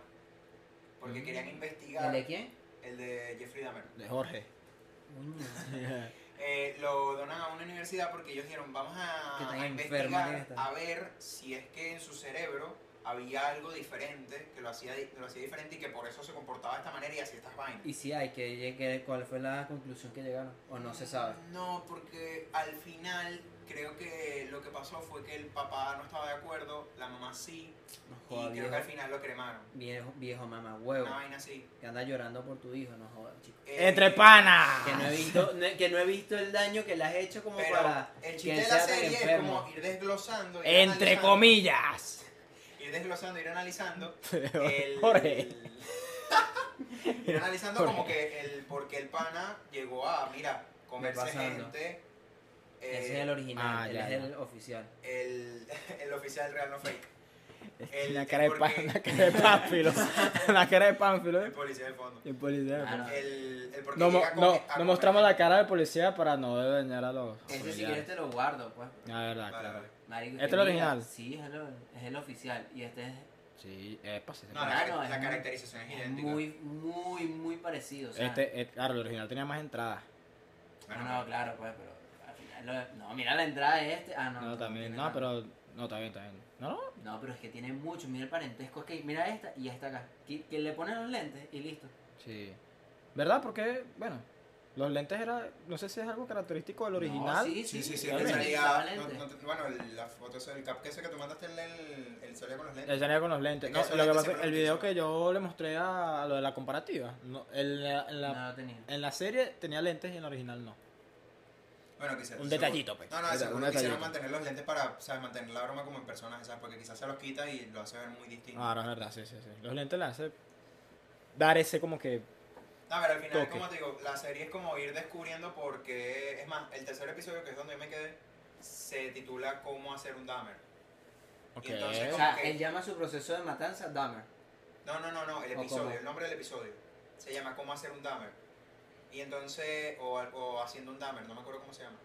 porque
Mm.
querían
¿El
investigar
de quién?
el de Jeffrey Dahmer.
De Jorge.
Uño,
eh, lo donan a una universidad porque ellos dijeron, vamos
Que
a,
tan
a
enferma tiene
investigar,
que estar.
a ver si es que en su cerebro había algo diferente, que lo hacía, di- lo hacía diferente y que por eso se comportaba de esta manera y hacía estas vainas.
Y sí, hay que llegar. ¿Cuál fue la conclusión que llegaron? O no se sabe.
No, porque al final creo que lo que pasó fue que el papá no estaba de acuerdo, la mamá sí,
No
y
joda,
creo que al
viejo,
final lo cremaron.
viejo, viejo mamá, huevo.
Una vaina así.
Que anda llorando por tu hijo, no jodas, chico.
Eh,
Entre panas.
Que no he visto, no- que no he visto el daño que le has hecho como
Pero
para.
el
que
chiste de
sea
la
tan
serie es
enfermo.
como ir desglosando. ir
Entre
analizando,
comillas.
Ir desglosando, ir analizando el-
Jorge.
Pero analizando
Jorge.
como que el por qué el pana llegó a, mira, comerse
pasando.
gente. eh,
Ese es el original,
ah,
él
ya,
es
ya.
el oficial.
el, el oficial real no fake. El-
la cara de
porque-
pan, la cara de Pánfilo. la cara de Pánfilo,
El
¿eh?
policía del fondo.
Y el policía.
Claro.
El, el por qué
No, mo-
llega a comer-
no,
a
no
comer.
mostramos la cara del policía para no dañar a los.
Ese si
familiares.
quieres te lo guardo, pues.
La verdad,
Vale,
claro.
vale.
Marico,
¿Este
que
es el
mira,
original?
Sí, es el, es el oficial. Y este es,
Sí, epa, sí, sí.
No, la,
Claro,
car-
es
la
muy-
caracterización es
es
idéntica.
muy, muy, muy parecido. O sea,
Este, eh, claro, el original tenía más entradas.
Bueno,
No, no, claro, pues, pero al final. lo- no, mira la entrada de este. Ah, no.
No, también.
tiene
No,
nada.
pero. No, también, también. No, no.
No, pero es que tiene mucho. Mira el parentesco. Es que mira esta y esta acá. Que, que le ponen los lentes y listo.
Sí. ¿Verdad? Porque, bueno, los lentes era. No sé si es algo característico del
No,
original.
sí,
Sí, sí, sí,
ya
que
ves.
salía-
Usaba
no-
lentes.
no te- bueno, el- la foto esa, el cap que ese que tú mandaste, el, el, el salía con los lentes.
Él salía con los lentes.
Es que
No,
esos
lo que
lentes
pasa es que
siempre
el
los
video
utilizó.
que yo le mostré a, a lo de la comparativa. no, en, la, en, la,
No lo tenía.
Eh,
en la serie tenía lentes y en la original no.
Bueno, quizás.
Un detallito, pues.
No, no,
Un
seguro
detallito.
quisieron mantener los lentes para, ¿sabes? Mantener la broma como en personaje, ¿sabes? Porque quizás se los quita y lo hace ver muy distinto.
Ah, no, es verdad, sí, sí, sí. Los lentes le hace dar ese como que.
No, pero al final,
Toque.
como te digo, la serie es como ir descubriendo por qué. Es más, el tercer episodio, que es donde yo me quedé, se titula Cómo hacer un Dahmer.
Ok.
Y entonces,
O
¿cómo?
sea,
que-
él llama su proceso de matanza Dahmer.
No, no, no, no, el
¿O cómo?
episodio, el nombre del episodio. Se llama Cómo hacer un Dahmer. Y entonces, o, o haciendo un Dahmer, no me acuerdo cómo se llama.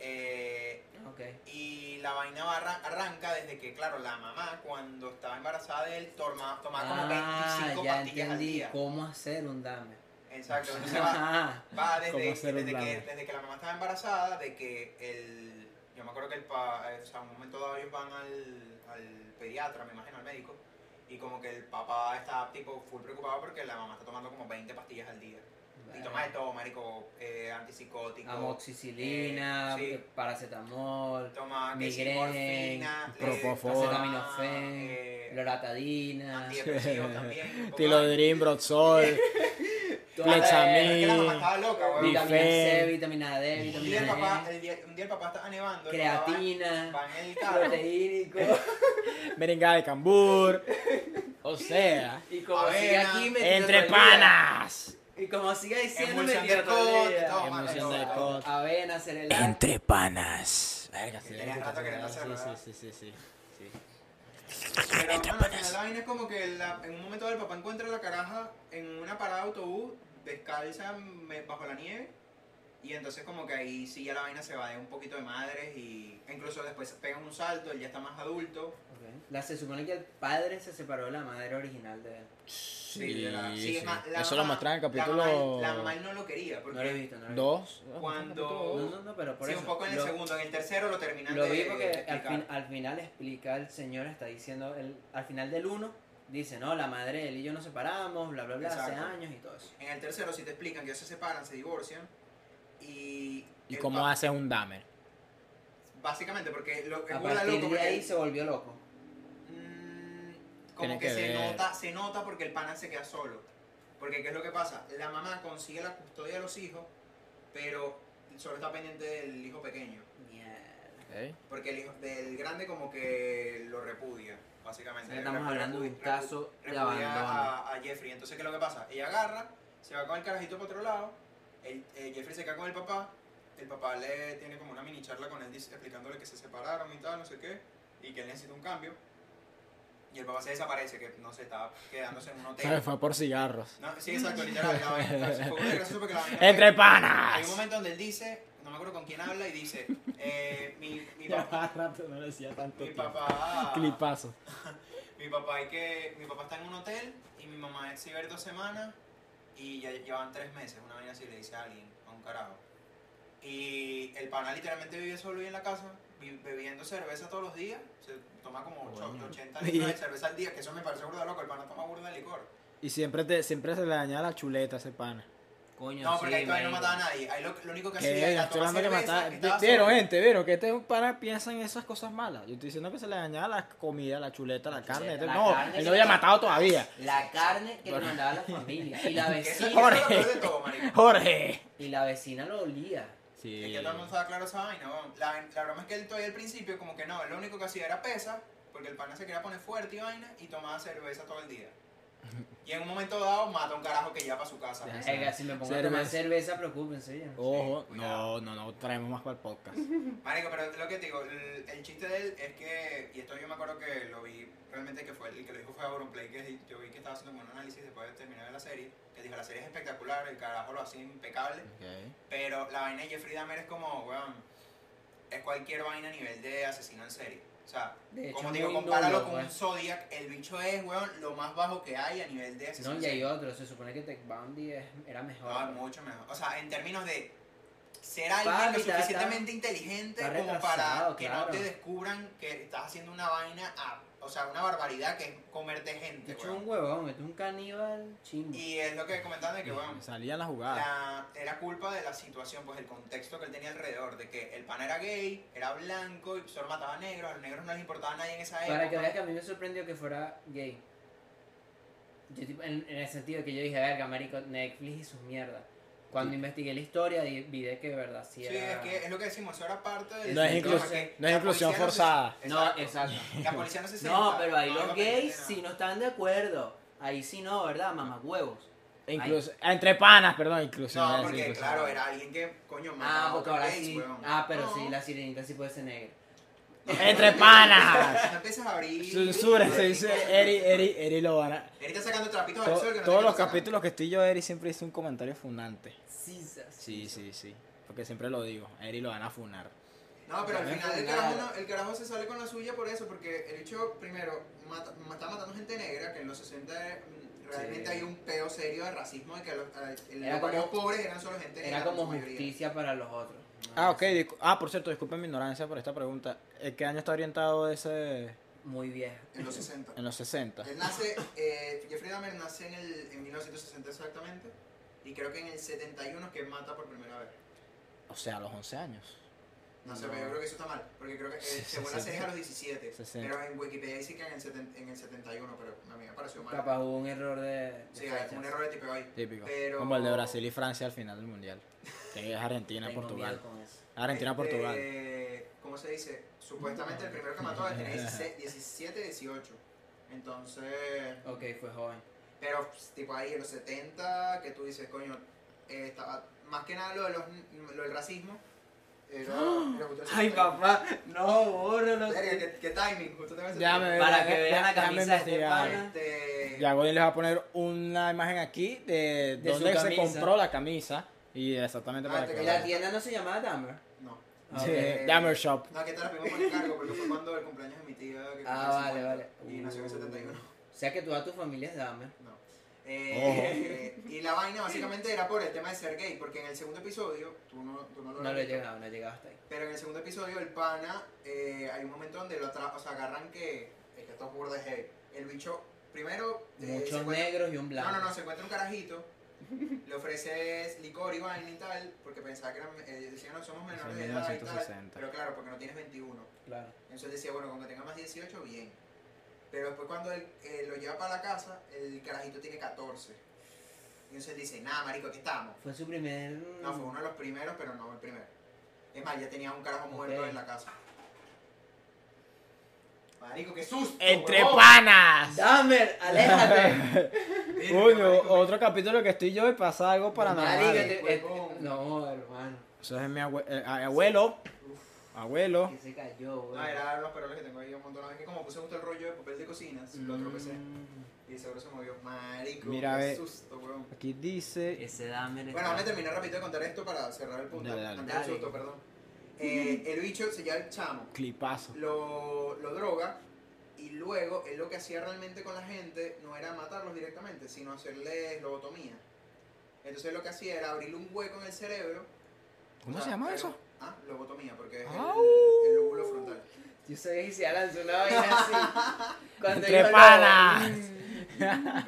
Eh,
Ok.
Y la vaina va arran- arranca desde que, claro, la mamá cuando estaba embarazada de él toma, tomaba como
Ah,
25
ya
pastillas al
entendí.
día.
¿Cómo hacer un Dahmer?
Exacto, entonces va,
Ah,
va
Cómo
desde,
hacer un
desde, que,
blando.
desde que la mamá estaba embarazada, de que el... Yo me acuerdo que el pa, eh, o sea, en un momento dado ellos van al, al pediatra, me imagino, al médico, y como que el papá está tipo full preocupado porque la mamá está tomando como 20 pastillas al día. Y toma de todo, marico, eh, antipsicótico,
Amoxicilina,
Eh, sí.
paracetamol,
toma que si
Migraine,
morfina, le-
propofol,
acetaminofén,
eh,
loratadina.
antidepresivos también.
Tilodrin, Brotsol.
toda-
Madre, Eh, es que la mamá
Plexamin.
estaba Ah, loca, weón.
Dif-
vitamina C,
Bifen.
vitamina D,
Un día, el
vitamina
papá,
E,
el día- un día el papá estaba nevando. el papá
creatina,
Va, va en el carro.
proteínico.
Merengada de cambur. O sea,
Este
Y como
Avena,
sigue aquí, me tiro
entre
todo el día.
panas.
Y como sigue diciendo, me
Emulsión de
tiro todo el
alcohol,
día.
todo,
Emulsión
mano, todo,
de
todo.
alcohol.
Avena, cereal.
Entre panas.
Verga, sí,
Tenía rato queriendo hacerlo, ¿verdad?
sí, sí, sí, sí, sí.
Pero bueno, al final la vaina es como que la- en un momento el papá encuentra a la caraja en una parada de autobús, descalza me- bajo la nieve. Y entonces como que ahí sí ya la vaina se va de un poquito de madres y e incluso después pegan un salto, él ya está más adulto.
Ok. La, se supone que el padre se separó de la madre original de él.
Sí, de la- sí, es más, la
Eso lo
mamá-
mostraron en el
la mamá-
capítulo
La mamá él no lo quería, porque
No lo he visto, no lo he visto.
2.
Cuando-
No, no, no, pero por
sí,
eso.
un poco en el
lo-
segundo, en el tercero lo terminan
Lo
de,
vi
de
porque al,
explicar.
fin- al final explica el señor, está diciendo, el, al final del uno, dice, no, la madre, él y yo nos separamos, bla, bla, bla, hace
Exacto.
años y todo eso.
En el tercero sí te explican que ellos se separan, se divorcian y...
¿Y
el
cómo
pa-
haces un damer?
Básicamente porque lo, es
A
burda de
partir
loco
de
porque-
ahí se volvió loco.
Mm,
Tiene
como que,
que
se
ver.
nota, se nota porque el pana se queda solo. Porque qué es lo que pasa, la mamá consigue la custodia de los hijos, pero solo está pendiente del hijo pequeño.
Mierda.
Porque el hijo del grande como que lo repudia, básicamente.
O sea, estamos
Repu-
hablando de un
repu-
caso de
repudia
abandono.
a, a Jeffrey. Entonces, ¿qué es lo que pasa? Ella agarra, se va con el carajito para otro lado, el, eh, Jeffrey se queda con el papá, el papá le tiene como una mini charla con él dic- explicándole que se separaron y tal, no sé qué, y que él necesita un cambio. Y el papá se desaparece, que no sé, estaba quedándose en un hotel.
Fue por cigarros.
No, sí, exacto, literal. La vaina, fue muy gracioso porque la vaina fue-
¡Entre
Hay un
panas!
momento donde él dice, no me acuerdo con quién habla, y dice, eh, mi, mi
Ya
papá...
va rato, no lo decía tanto
Mi
tiempo.
papá,
Clipazo.
mi papá hay que, mi papá está en un hotel y mi mamá se iba a ir dos semanas y ya llevan tres meses, una vaina así le dice a alguien, a un carajo. Y el pana literalmente vive solo y en la casa, vi- bebiendo cerveza todos los días, se toma como ocho- 80 litros de cerveza al día, que eso me parece burda loco, el pana toma burda de licor.
Y siempre, te, siempre se le dañaba la chuleta a ese pana.
Coño,
No, porque
sí,
ahí todavía no
marico.
mataba a nadie, ahí lo, lo único que hacía
Que
era
estoy
tomar
hablando que
cerveza,
mataba.
que estaba
Vieron,
solo.
gente, vieron que este pana piensa en esas cosas malas. Yo estoy diciendo que se le dañaba la comida, la chuleta, la,
La
carne.
chuleta,
este-
la
no,
carne
él no
se
había
le-
matado todavía.
La carne que le mandaba la familia. Y la
Que eso, eso
vecina,
es lo peor de todo, marico.
¡Jorge!
y la vecina lo olía.
Es
Sí.
que todo el mundo estaba claro esa vaina, weón. La, la broma es que él todavía al principio, como que no, lo único que hacía era pesa, porque el pana se quería poner fuerte y vaina, y tomaba cerveza todo el día. Y en un momento dado mata a un carajo que ya para su casa.
Deja-
pues.
Oiga, si me pongo a tomar
Cerveza. Oh.
cerveza, preocúpense ya.
Ojo,
cuidado.
no, no, no, traemos más para el podcast.
Marico, pero lo que te digo, el, el chiste de él es que, y esto yo me acuerdo que lo vi, realmente que fue el que lo dijo fue Auronplay, que yo vi que estaba haciendo como un análisis después de terminar la serie, que dijo, la serie es espectacular, el carajo lo hace impecable, pero la vaina de Jeffrey Dahmer es como, weón, es cualquier vaina a nivel de asesino en serie. O sea,
De hecho,
como
es
digo,
muy
compáralo
nulo,
con
pues.
un Zodiac, el bicho es, weón, lo más bajo que hay a nivel de asesino
No,
en
y hay
serie.
otro, se supone que Tech Bounty es- era
No,
mejor.
es
pues.
Ah, mucho mejor. O sea, en términos de ser
Papi,
alguien lo
está- está-
suficientemente inteligente
está
como para
retrasado,
que
claro.
no te descubran que estás haciendo una vaina, a- o sea, una barbaridad que es comerte
De
gente,
hecho, es
weón.
un huevón, es un caníbal chingo.
Y es lo que comentaban de que, weón,
Salían las jugadas.
Ah.
la- era culpa de la situación, pues el contexto que él tenía alrededor, de que el pan era gay, era blanco y solo mataba a negros, a los negros no les importaba a nadie en esa época.
Para que veas que a mí me sorprendió que fuera gay. Yo, tipo, en, en el sentido que yo dije, verga, marico, Netflix y sus mierdas. Cuando investigué la historia, di- vi de que de verdad sí
Sí,
era...
es que es lo que decimos, eso era parte del
No es
sistema,
inclus-
que
no es
la policía
inclusión
se-
forzada.
No, exacto.
La policía no se
No,
sentaba,
pero ahí
no iba
los
a permitir
gays
nada.
sí no están de acuerdo. Ahí sí no, ¿verdad? Mamá huevos.
E Incluso, ah, entre panas, perdón, incluso.
No, porque claro, era alguien que, coño, mataba
Ah,
a
porque
otro
ahora
gays,
sí.
weón.
Ah, pero
No.
Oh.
sí, la sirenita sí puede ser negra.
Entre panas.
No empiezas a abrir.
Ah. Censura, se dice Eri, Eri, Eri lo van a...
Ahorita sacando trapitos al
To-
sol. que no
todos
te
los
sacan.
capítulos que estoy yo, Eri siempre hice un comentario funante.
Sisas.
Sí, sí, sí. Porque siempre lo digo, a Eri lo van a funar.
No, pero al
También
final el
fue
carajo,
nada.
no- el carajo se sale con la suya por eso, porque el hecho, primero, mata, está matando gente negra, que en los 60 mm, realmente
Sí.
hay un peo serio de racismo, de que los, a- el-
Era
los
como-
pobres eran solo gente negra.
Era
en
como
su mayoría.
justicia para los otros.
Ah, ok. discu- Ah, por cierto, disculpen mi ignorancia por esta pregunta. ¿En qué año está orientado ese
Muy vieja.
En los 60.
en los 60?
Él nace, eh, Jeffrey Dahmer nace en, el, en 1960 exactamente, y creo que en el 71 es que mata por primera vez.
O sea, a los 11 años.
No sé, pero yo creo que eso está mal, porque creo que eh,
Sí,
según la
sí,
serie
sí.
es a los 17,
Sesenta.
pero en Wikipedia dice que en el, seten- en el 71, pero a mí me pareció mal.
Capaz hubo un error de. de
Sí, hay un
fechas.
error de tipeo ahí.
Típico.
Pero-
Como el de Brasil y Francia al final del mundial. Que es Argentina,
Tengo
Portugal.
miedo con eso.
Argentina,
Este,
Portugal.
¿Cómo se dice? Supuestamente el primero que mató tenía 16 17, 18. Entonces,
Ok, fue joven.
pero pues, tipo ahí en los 70, que tú dices, coño, eh, estaba, más que nada lo, de los, lo del racismo. Era, era justo el 70.
no, bórralo.
Verga, ¿qué, qué timing, justo tengo ese
Ya
timing.
me-
Para que vean la
Ya me
camisa de este
investigaron.
pana.
Este,
Ya Godín les va a poner una imagen aquí de,
De su
dónde se
camisa.
compró la camisa. Y exactamente
Ah,
para
te
que
¿Y la
quedaste.
vean.
tienda no se llamaba Dahmer?
No.
Ah,
Sí,
ok.
Eh,
Dammer Shop.
No, que te la pedimos por el cargo porque fue cuando el cumpleaños de mi tía. Que
Ah,
cumplió
vale,
50
vale.
Y nació en el
Uh.
71.
O sea que toda tu familia es Dahmer.
No. Eh, y la vaina básicamente era por el tema de ser gay, porque en el segundo episodio, tú no, tú no lo
No
has
lo he
visto,
llegado, no he llegado hasta ahí.
Pero en el segundo episodio, el pana, eh, hay un momento donde lo atra- o sea, agarran que. Es que esto es burda de heavy. El bicho, primero. eh, se
Muchos
encuentra-
negros y un blanco.
No, no, no, se encuentra un carajito. Le ofrece licor y vaina y tal, porque pensaba que eran. eh, decían, no, somos menores
en
de edad y tal.
1960.
Pero claro, porque no tienes 21.
Claro.
Entonces él decía, bueno, cuando tenga más 18, bien. Pero después cuando él eh, lo lleva para la casa, el carajito tiene 14. Entonces él dice, nada, marico, aquí estamos.
Fue su primer.
No,
Mm.
fue uno de los primeros, pero no el primero. Es más, ya tenía un carajo muerto
Ok.
en la casa. Marico, qué susto.
¡Entre
huevón.
panas!
Dahmer, aléjate.
Verga,
Uy,
marico,
otro capítulo que estoy yo y pasa algo
Marico,
paranormal.
te- eh,
huevón.
No, hermano.
Eso es mi abue- eh, a- abuelo. Abuelo.
Que se cayó, güey.
No, Ah, era los peroles que tengo ahí un montón. Es que como puse justo el rollo de papel de cocina, lo tropecé.
Mm,
Y seguro se movió. Marico,
Mira,
qué
ve.
susto, weón.
Aquí dice.
Ese Dahmer.
Bueno,
está-
déjame terminar rápido de contar esto para cerrar el punto.
Dale, dale.
Antes del
Dale.
susto, perdón. Eh, el bicho se llama el chamo,
Clipazo.
lo, lo droga y luego él lo que hacía realmente con la gente no era matarlos directamente, sino hacerles lobotomía. Entonces lo que hacía era abrirle un hueco en el cerebro.
¿Cómo
O
se
sea,
llama
pero-
eso?
Ah, lobotomía, porque es el,
Au.
el lóbulo frontal.
Yo sabía que se lanzó una vaina así. Cuando
Entre
yo lo-
panas.
Mm,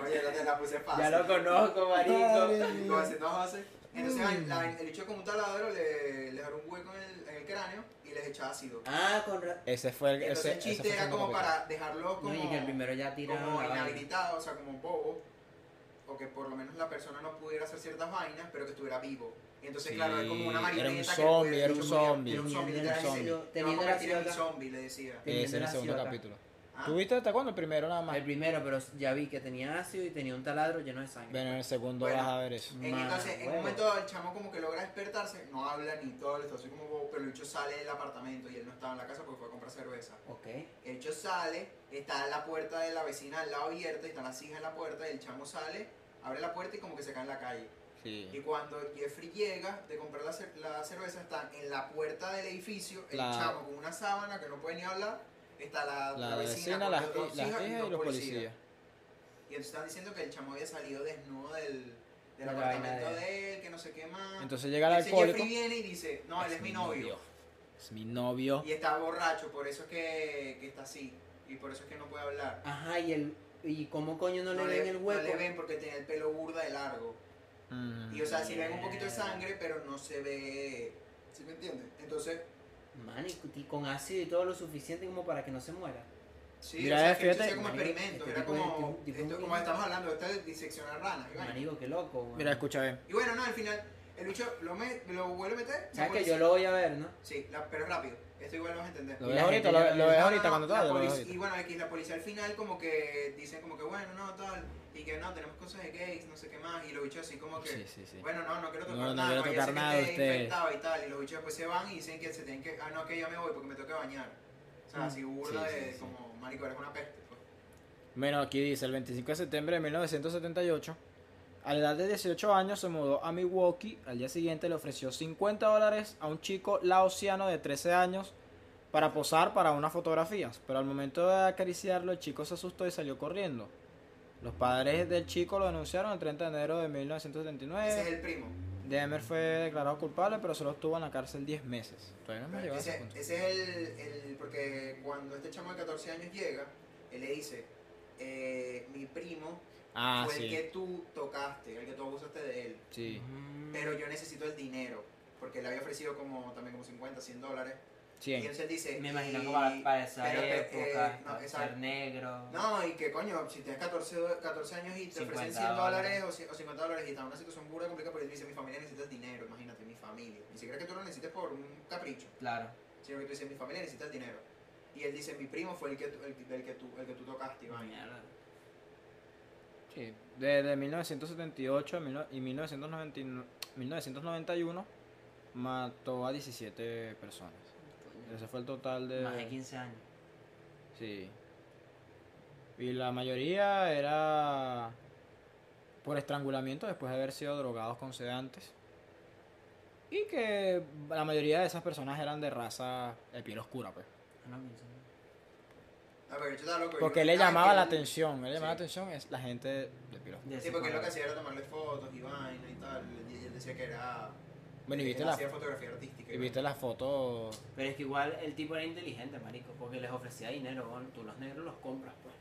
Oye, la, la puse fácil.
Ya lo conozco, marico.
Lo hace, no hace. Entonces
Mm.
la- la- el bicho con un taladro le, les abrió un hueco en el, en el cráneo y les echaba ácido.
Ah, con ra-
Ese fue el.
Entonces
Ese,
el
ese fue
chiste
el
era
segundo
como
capítulo.
para dejarlo como,
No, y que el primero ya tiraron
como
la vaina.
inhabilitado, o sea, como bobo, o que por lo menos la persona no pudiera hacer ciertas vainas, pero que estuviera vivo. Y entonces,
Sí,
claro, es como una
era un
marioneta. que
zombie,
puede-
era un
yo podía-
zombie.
Era un zombie,
Teniendo
literalmente.
la-
Yo me
teniendo la
convertí en mi
ciudad-
zombie, le decía. Ah,
Teniendo
Ese es el
la
segundo
ciota.
capítulo. ¿Tuviste hasta cuándo? El primero nada más.
El primero, pero ya vi que tenía ácido y tenía un taladro lleno de sangre.
Bueno, en el segundo
Bueno.
vas a ver eso.
En-
Madre,
entonces, en un
huevo.
momento el chamo como que logra despertarse, no habla ni todo, le está así como, "Wow", pero el bicho sale del apartamento y él no estaba en la casa porque fue a comprar cerveza.
Ok.
El bicho sale, está en la puerta de la vecina al lado abierta y están las hijas en la puerta y el chamo sale, abre la puerta y como que se cae en la calle. Y
Sí.
cuando Jeffrey llega de comprar la, cer- la cerveza, está en la puerta del edificio, el
La-
chamo con una sábana que no puede ni hablar, está la,
La,
la vecina,
vecina,
con
las,
las dos
las
hijas y
hijas y
dos
los
policías.
policías.
Y entonces están diciendo que el chamo había salido desnudo del,
De
del
la
apartamento
vaina de-
de él, que no sé qué más.
Entonces llega el
Entonces
alcohólico.
Jeffrey viene y dice, no, él es mi novio.
Es mi novio.
Y está borracho, por eso es que, que está así. Y por eso es que no puede hablar.
Ajá, y el. ¿Y cómo coño Ah, no, le ven el hueco?
No le ven porque tiene el pelo burda de largo.
Mm.
Y o sea, si ven un poquito de sangre, pero no se ve... ¿Sí me entiendes? Entonces,
Man, y- y con ácido y todo lo suficiente como para que no se muera.
sí,
Mira,
o sea,
eh,
que esto
fíjate-
era como
Marico,
experimento.
este
Era
tipo es-
como...
tipo- tipo
esto-
un-
como estamos hablando, esto es diseccionar ranas. y vaina.
Marico, qué loco, weón.
Mira, escucha bien.
Y bueno, no, al final, el lucho lo, me- lo vuelve a meter. la
¿Sabes que
policía-
yo lo voy a ver, no?
Sí, la- pero rápido. Esto igual lo vas a entender.
Lo
Y
ves
la
ahorita,
gente
lo,
ya no
lo
le-
ves
No,
ahorita
no,
cuando
la
tal. lo ves
polic-
ahorita.
Y bueno, aquí la policía al final como que dicen como que bueno, no, tal, y que no, tenemos cosas de gays, no sé qué más, y los bichos así como que,
Sí, sí, sí.
bueno, no, no quiero tocar
No, no
nada,
quiero
yo
tocar
sé
nada
que
de
esté
ustedes.
infectado y tal, y los bichos después se van y dicen que se tienen que, ah, no, que ya me voy porque me toca bañar. O sea,
Mm.
así burda
Sí, sí, Eh.
de
sí.
como, marico, eres una peste. pues.
Bueno, aquí dice, el 25 de septiembre de 1978, a la edad de 18 años se mudó a Milwaukee. Al día siguiente le ofreció 50 dólares a un chico laosiano de 13 años para posar para unas fotografías, pero al momento de acariciarlo el chico se asustó y salió corriendo. Los padres del chico lo denunciaron el 30 de enero de
Ese es
1979.
el primo.
Demer fue declarado culpable, pero solo estuvo en la cárcel 10 meses. Todavía no hemos llegado a ese
Ese,
punto.
ese es el, el- porque cuando este chamo de 14 años llega, él le dice, eh, mi primo
Ah,
fue el que
sí.
tú tocaste, el que tú abusaste de él.
Sí,
Mm.
pero yo necesito el dinero. Porque le había ofrecido como también como 50, 100 dólares. Y
100.
entonces dice.
Me imagino
y-
que para, para esa
eh, pero, eh,
época,
no,
ser
exacto.
negro.
No, y que coño, si tienes 14, do- 14 años y te
50
ofrecen 100 dólares
dólares.
o, ci- o 50 dólares y está en una situación burda complicada, porque él dice: Mi familia necesita el dinero, imagínate, mi familia. Ni siquiera que tú lo necesites por un capricho,
Claro.
sino que tú dices: Mi familia necesita el dinero. Y él dice: Mi primo fue el que, tú- el, del que, tú, el que tú tocaste, Iván.
Mierda.
Sí, desde 1978 a mil no- y 1999 1991 mató a 17 personas.
Coño.
Ese fue el total de...
Más
eh,
de 15 años.
Sí. Y la mayoría era por estrangulamiento después de haber sido drogados con sedantes. Y que la mayoría de esas personas eran de raza de piel oscura, pues.
Ah, no, 15 años.
No, Ah, pero yo estaba loco. yo
Porque
creo-
le
ah,
llamaba
que
la
él-
atención, le llamaba la
Sí.
atención es la gente de piel oscura.
De
Sí,
ese
porque él lo que
cuadro.
hacía era tomarle fotos y vaina y tal. Y él decía que era.
Bueno, y
él
viste, la,
Hacía fotografía artística.
y
vaina.
viste las fotos
Pero es que igual el tipo era inteligente, marico, porque les ofrecía dinero, weón. Tú los negros los compras, pues.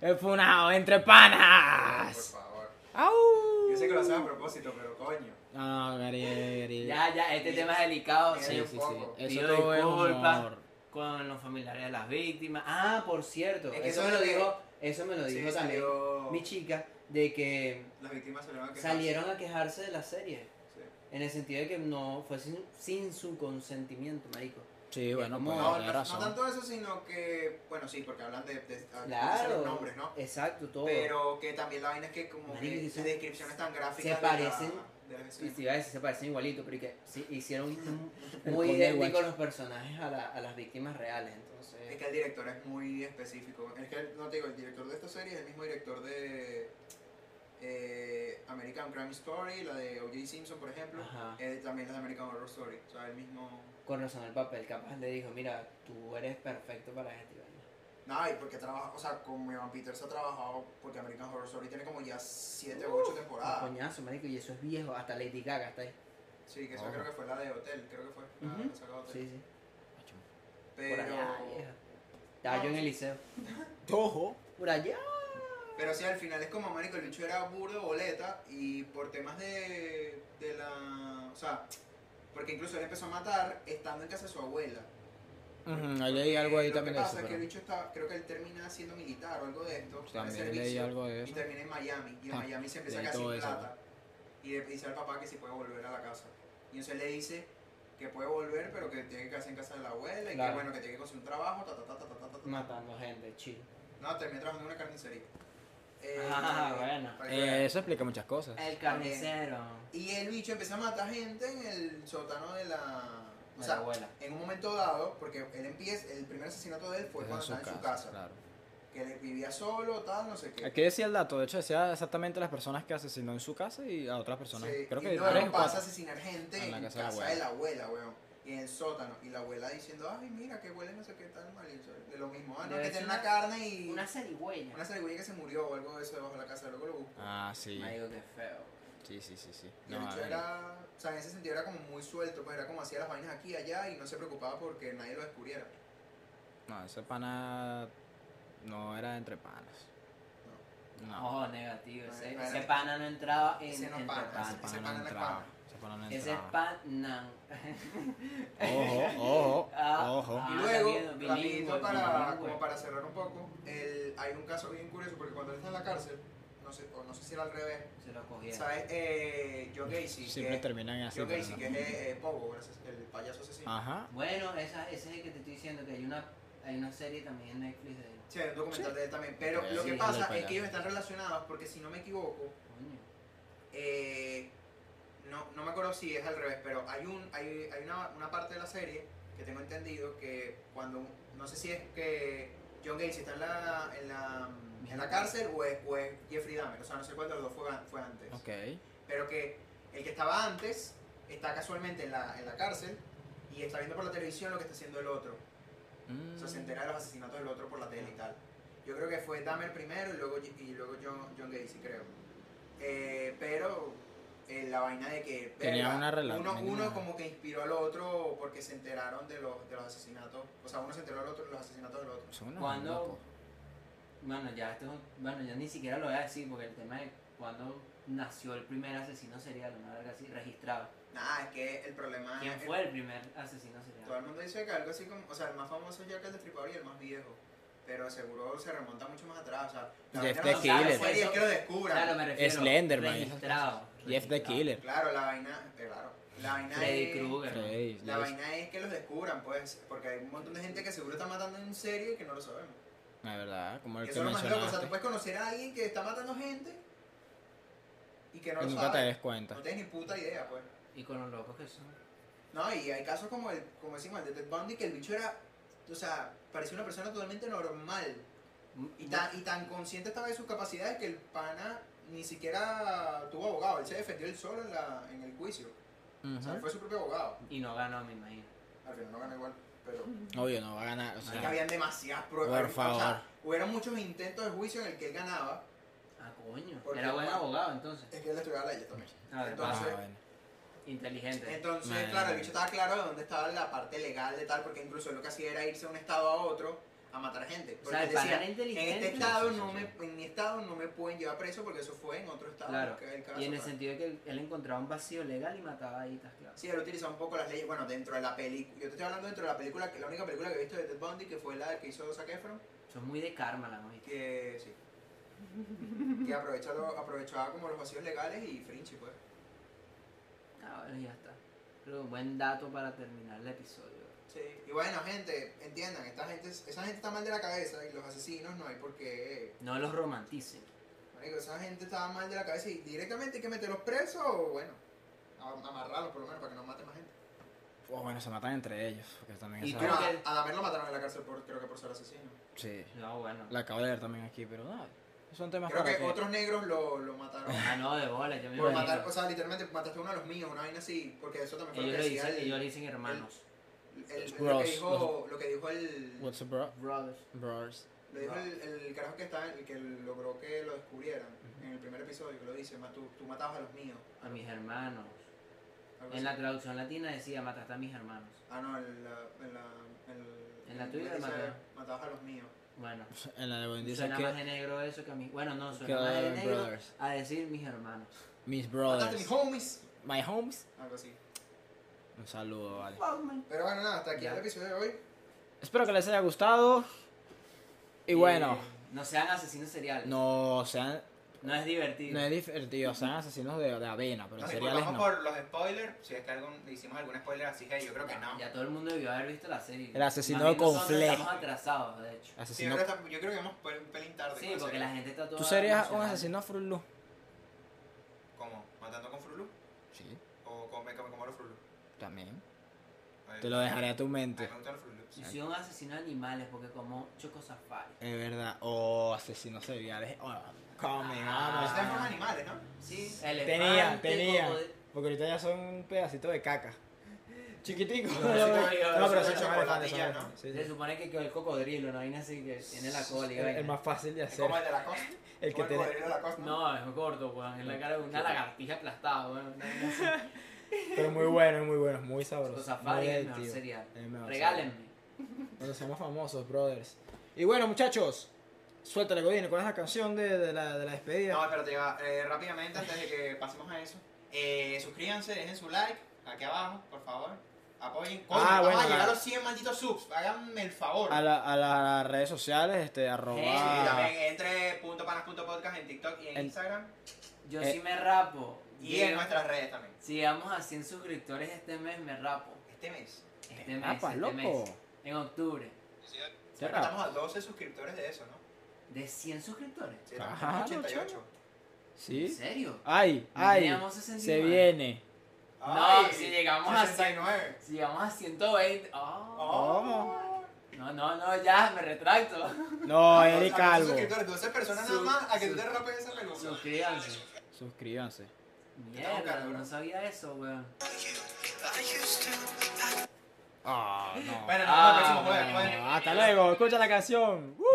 El funado entre
Por
panas.
favor.
¡Au!
Yo sé que lo hacen a propósito, pero coño.
No, Gabriel, Gabriel.
Ya, ya, este tema es delicado.
Sí,
Sí,
señor.
sí,
poco.
sí. Eso
Pido
todo es
disculpas.
humor.
Con los familiares de las víctimas. Ah, por cierto,
Es que
eso,
eso
me
es
lo
lo que-
dijo, eso me lo
Sí,
dijo también
salió.
mi chica, de que
Las víctimas salieron a quejarse.
salieron a quejarse de la serie.
Sí.
En el sentido de que no fue sin, sin su consentimiento, marico.
Sí, bueno,
como-
pues
No,
tenés
no, no
razón.
tanto eso, sino que. Bueno, sí, porque hablan de. de- de- de
Claro.
los nombres, ¿no?
Exacto, todo.
Pero que también la vaina es que, como
Marico,
que
eso-
las descripciones tan gráficas.
se
de la-
parecen.
de las
Y
escenas.
si iba a decir, se parecen igualitos, pero y que sí, hicieron un-
El
muy
conde de
idénticos
Guacho.
los personajes a, la- a las víctimas reales. Entonces,
Es que el director es muy específico. Es que, no te digo, el director de esta serie es el mismo director de. eh, American Crime Story, la de O.J. Simpson, por ejemplo.
Ajá.
Eh, también las de American Horror Story. O sea, el mismo.
con razón el papel, capaz le dijo, mira, tú eres perfecto para este vaina".
No, y porque trabaja, o sea, con Evan Peters ha trabajado, porque American Horror Story tiene como ya 7 u 8
Un
temporadas.
coñazo, marico, y eso es viejo, hasta Lady Gaga está ahí.
Sí, que eso
Oh.
creo que fue la de Hotel, creo que fue. la-
Ujú.
la saga de Hotel.
Sí, sí. Por
Pero,
allá, vieja. Estaba yo en el liceo.
Ojo.
Por allá.
pero sí, al final es como, marico, el bicho era burdo, boleta, y por temas de, de la... O sea, porque incluso él empezó a matar estando en casa de su abuela. Eh,
Ujú, ahí leí algo ahí
Lo
también
que
de
pasa es
eso,
que el
pero
bicho está, creo que él termina siendo militar o algo de esto. de
también
servicio.
leí algo de
y
eso.
termina en Miami. Y en
Ah,
Miami se empieza a
leí
quedar sin
todo eso.
plata. Y le dice al papá que si puede volver a la casa. Y entonces le dice que puede volver, pero que tiene que quedarse en casa de la abuela y
Claro.
que bueno, que tiene que conseguir un trabajo, ta ta ta ta ta ta. ta, ta.
Matando gente, chill.
No, terminé trabajando en una carnicería. Eh,
Ah, bueno.
para que
Eh,
veas.
eso explica muchas cosas.
Eh,
El carnicero.
Y el bicho empezó a matar gente en el sótano de la. O
De
sea,
la abuela.
en un momento dado, porque él empieza, el primer asesinato de él fue pues, cuando
Desde
estaba en su casa.
claro.
Que él vivía solo, tal, no sé qué.
Aquí decía el dato, de hecho decía exactamente las personas que asesinó en su casa y a otras personas.
Sí,
Creo
y
que
luego
tres o
pasa a
cuatro.
asesinar gente
Ah,
en la casa, de, la abuela. weón. Y en el sótano. Y la abuela diciendo, ay, mira, que huele no sé qué tal mal. y eso, De lo mismo, ah, no,
Debe
que
ser
tiene una
una-
carne y
Una
una,
zarigüeya.
zarigüeya que se murió o algo de eso debajo de la casa. Luego lo busco.
Ah, sí.
Marico, qué feo.
Sí, sí, sí, sí.
Y el
No, a
bicho
ver.
era, o sea, en ese sentido era como muy suelto, pues era como hacía las vainas aquí y allá y no se preocupaba porque nadie lo descubriera.
No, ese pana no era entre panas. No.
Oh, negativo. Ese,
Bueno.
ese pana no entraba en
Ese no
entre
pana,
panas.
ese pana. no
entraba.
entraba.
Ese pana no
Ese es
entraba.
panan.
Ojo,
Ah,
ojo, ojo.
Y
ah,
luego,
también, bilingüe,
rapidito para,
bilingüe.
como para cerrar un poco, el- hay un caso bien curioso porque cuando él está en la cárcel, no sé, o no sé si era al revés,
Se lo cogieron.
¿sabes? Eh, John Gacy,
Siempre
que-
terminan así.
John Gacy,
¿no? Ah.
que es eh, eh, Pogo, el ases- el payaso asesino.
Ajá.
Bueno, esa, ese es el que te estoy diciendo, que hay una, hay una serie también en Netflix de él.
Sí, hay un documental de él también. Pero
Sí,
lo que
el
pasa es
payaso.
que ellos están relacionados porque, si no me equivoco,
Coño.
eh, no, no me acuerdo si es al revés, pero hay, un, hay, hay una, una parte de la serie que tengo entendido que cuando, no sé si es que John Gacy está en la, en la, en la cárcel o es, o es Jeffrey Dahmer, o sea, no sé cuál de los dos fue, an- fue antes.
Ok.
pero que el que estaba antes está casualmente en la, en la cárcel y está viendo por la televisión lo que está haciendo el otro.
Mm.
O sea, se entera de los asesinatos del otro por la tele y tal. Yo creo que fue Dahmer primero y luego, y luego John, John Gacy, creo. Eh, pero eh, la vaina de que...
Tenía
verga,
una rela-
uno,
tenía
uno
una-
como que inspiró al otro porque se enteraron de los, de los asesinatos. O sea, uno se enteró del otro, de los asesinatos del otro.
Son unos
Cuando,
locos.
bueno, ya esto, bueno, yo ni siquiera lo voy a decir porque el tema es cuando nació el primer asesino serial, una verga así, registrado.
Nada, es que el problema
¿Quién
es...
fue el primer asesino
Todo
serial?
el mundo dice que algo así como... O sea, el más famoso es Jack el Destripador y el más viejo. Pero seguro se remonta mucho más atrás. O sea, la
Jeff
vaina no sabe,
the Killer.
fue, y es que lo descubran.
Claro, me refiero.
Slenderman, esas
Registrado.
Jeff the
registrado.
Killer.
Claro, la vaina... eh, Claro. La vaina
Freddy
es-
Krueger.
Freddy,
La
Jeff-
vaina es que los descubran, pues, porque hay un montón de gente que seguro está matando en serie y que no lo sabemos.
La verdad, como el
Y
que,
eso es lo más loco, o sea, tú
mencionaste.
puedes conocer a alguien que está matando gente y que no
que
lo
nunca te
sabe.
des cuenta.
No tienes ni puta idea, pues.
Y con los locos que son.
No, y hay casos como el, como decimos, el de Ted Bundy, que el bicho era, o sea, parecía una persona totalmente normal. Y tan, y tan consciente estaba de sus capacidades que el pana ni siquiera tuvo abogado, él se defendió él solo en, la, en el juicio. O sea, él fue su propio abogado.
Y no ganó, me imagino.
Al final no ganó igual, pero...
Ujú. Obvio, no va a ganar. o
Es
sea,
que habían demasiadas pruebas.
Por
O sea,
favor.
hubieron muchos intentos de juicio en el que él ganaba.
Ah, coño.
Porque-
Era buen abogado entonces.
Es que él estudiaba leyes también.
Ah, de
ah,
entonces-
bueno.
Inteligente.
Entonces,
Man.
claro, el bicho estaba claro de dónde estaba la parte legal de tal, porque incluso lo que hacía era irse de un estado a otro a matar gente.
O
Porque
sea,
él
el pana
decía,
era
en este
inteligente.
estado
Sí, sí,
no
sí,
me, en mi estado no me pueden llevar preso porque eso fue en otro estado.
Claro.
que el caso,
Y en el
¿no?
sentido de que él, él encontraba un vacío legal y mataba ahí, estás claro.
Sí, él utilizaba un poco las leyes, bueno, dentro de la película. Yo te estoy hablando dentro de la película, que la única película que he visto de Ted Bundy, que fue la que hizo Zac Efron,
Son muy de karma la movida.
que sí. que aprovechaba, aprovechaba como los vacíos legales y fringe, pues.
Ah, bueno, ya está. Creo que un buen dato para terminar el episodio.
Sí. Y bueno, gente, entiendan, esta gente, esa gente está mal de la cabeza y los asesinos no hay por qué.
No los romanticen.
Marico, esa gente estaba mal de la cabeza y directamente hay que meterlos presos o bueno, am- amarrarlos por lo menos para que no mate más gente.
Oh, bueno, se matan entre ellos. Porque también
Y
esa-
Bueno,
Creo
a,
que-
a Dahmer lo mataron en la cárcel por, creo que por ser asesino.
Sí.
No, bueno.
La acabo de ver también aquí, pero nada. Son temas
Creo
para
que otros negros lo, lo mataron.
Ah, no, de bola, yo me
por
imagino.
matar, o sea, literalmente mataste a uno de los míos, una vaina así, porque eso también fue lo que
ellos, le
decía
dicen,
el,
ellos le dicen hermanos.
el- el- lo,
Bros,
que dijo, lo que dijo el.
What's up, bro?
Brothers.
Brothers.
Lo dijo el, el carajo que estaba, el que logró que lo descubrieran en el primer episodio, que lo dice, "Ma- tú, tú matabas a los míos.
A mis hermanos.
algo así.
En la traducción latina decía, mataste a mis hermanos.
Ah, no, en la. En la, en,
En la tuya
dice,
mataron.
matabas a los míos.
Bueno.
En la de Buen dice
suena
que.
más de negro eso que a mí. Bueno, no,
que
suena más de negro
brothers.
a decir mis hermanos.
Mis
Mataste a mis
brothers.
homies.
My homes.
Algo así.
Un saludo, vale.
Pero bueno, nada, hasta aquí
Ya.
el episodio de hoy.
Espero que les haya gustado. Y bueno,
Eh, no sean asesinos seriales.
no sean.
No es divertido.
No es divertido, o sea, asesinos de, de avena, pero
Nos
cereales
disculpamos por
no.
los spoilers, si es que algún, hicimos algún spoiler así que yo creo que no.
Ya todo el mundo debió haber visto la serie.
El asesino
Más bien
de
nosotros
Conflé.
Estamos atrasados, de hecho.
Sí,
Asesino.
pero está- yo creo que vamos por un pelín tarde.
Sí,
con la
porque
serie.
la gente está toda.
¿Tú serías un
emocionada.
asesino a Frulú?
¿Cómo? ¿Matando con Frulú?
Sí,
¿O con, me, como como los Frulú?
también.
Ay,
Te lo dejaré a tu
a mí
mente.
me gustan los Frulú.
Yo soy un asesino de animales porque como choco safari.
Es verdad. Oh, asesinos seriales. Oh, come, vamos.
Está en forma de animales, ¿no?
Ah. Sí,
Tenía,
elefante,
tenía.
cocodrilo.
Porque ahorita ya son un pedacito de caca. Chiquitico.
No, sí, no,
No, pero
sí,
sí, son
chocolate
elefantes, son
ya,
elefantes.
¿no?
Sí,
Se
sí.
supone que, que el cocodrilo, no hay nada así que tiene la cola y
El-
vaina.
El más fácil de
Es
hacer.
como el de la costa.
El que
como
tiene.
cocodrilo de la costa.
No, es gordo, weón. Es la cara de una lagartija aplastada, weón. Una vaina así.
Pero muy bueno, muy bueno, muy sabroso.
Choco safari
muy
es el mejor
adictivo.
cereal.
Es el mejor cereal.
Regálenme.
Cuando seamos famosos, brothers. Y bueno, muchachos. Suéltale, Godine. ¿Cuál es la canción de, de la, de la despedida?
No, espérate, ya va. Eh, rápidamente, antes de que pasemos a eso, eh, suscríbanse, dejen su like aquí abajo, por favor. Apoyen. Coño,
Ah,
vamos
bueno,
a llegar
la-
a los 100 malditos subs. Háganme el favor.
a, la- a las redes sociales, este, arroba.
Sí,
Ah.
también entre .panas.podcast en TikTok y en,
En-
Instagram.
Yo
Eh.
sí me rapo.
Y en nuestras redes también.
Si vamos a 100 suscriptores este mes, me rapo.
Este mes.
Este mes,
Rapas,
este mes.
Ah, pues, loco.
En octubre.
Te
Creo que
rapas.
Estamos a 12 suscriptores de eso, ¿no?
¿De 100 suscriptores?
Sí, estamos
Claro,
en 88.
¿En
¿Sí?
serio?
Ay,
No
ay.
teníamos 69.
Se viene.
No, si llegamos a
69.
Si llegamos a 120. Oh.
¿Cómo?
No, no, no, ya, me retracto.
No,
Ah,
Eric
a 12
Calvo.
suscriptores, 12 personas nada
Su-
más a que tú
su-
te rapes esa peluca.
Suscríbanse.
Suscríbanse.
Mierda,
cabrón.
no sabía eso, weón.
Ah,
Bueno,
no.
nos vemos
Ah,
el próximo jueves.
bueno.
pueden-
Hasta luego. Escucha la canción.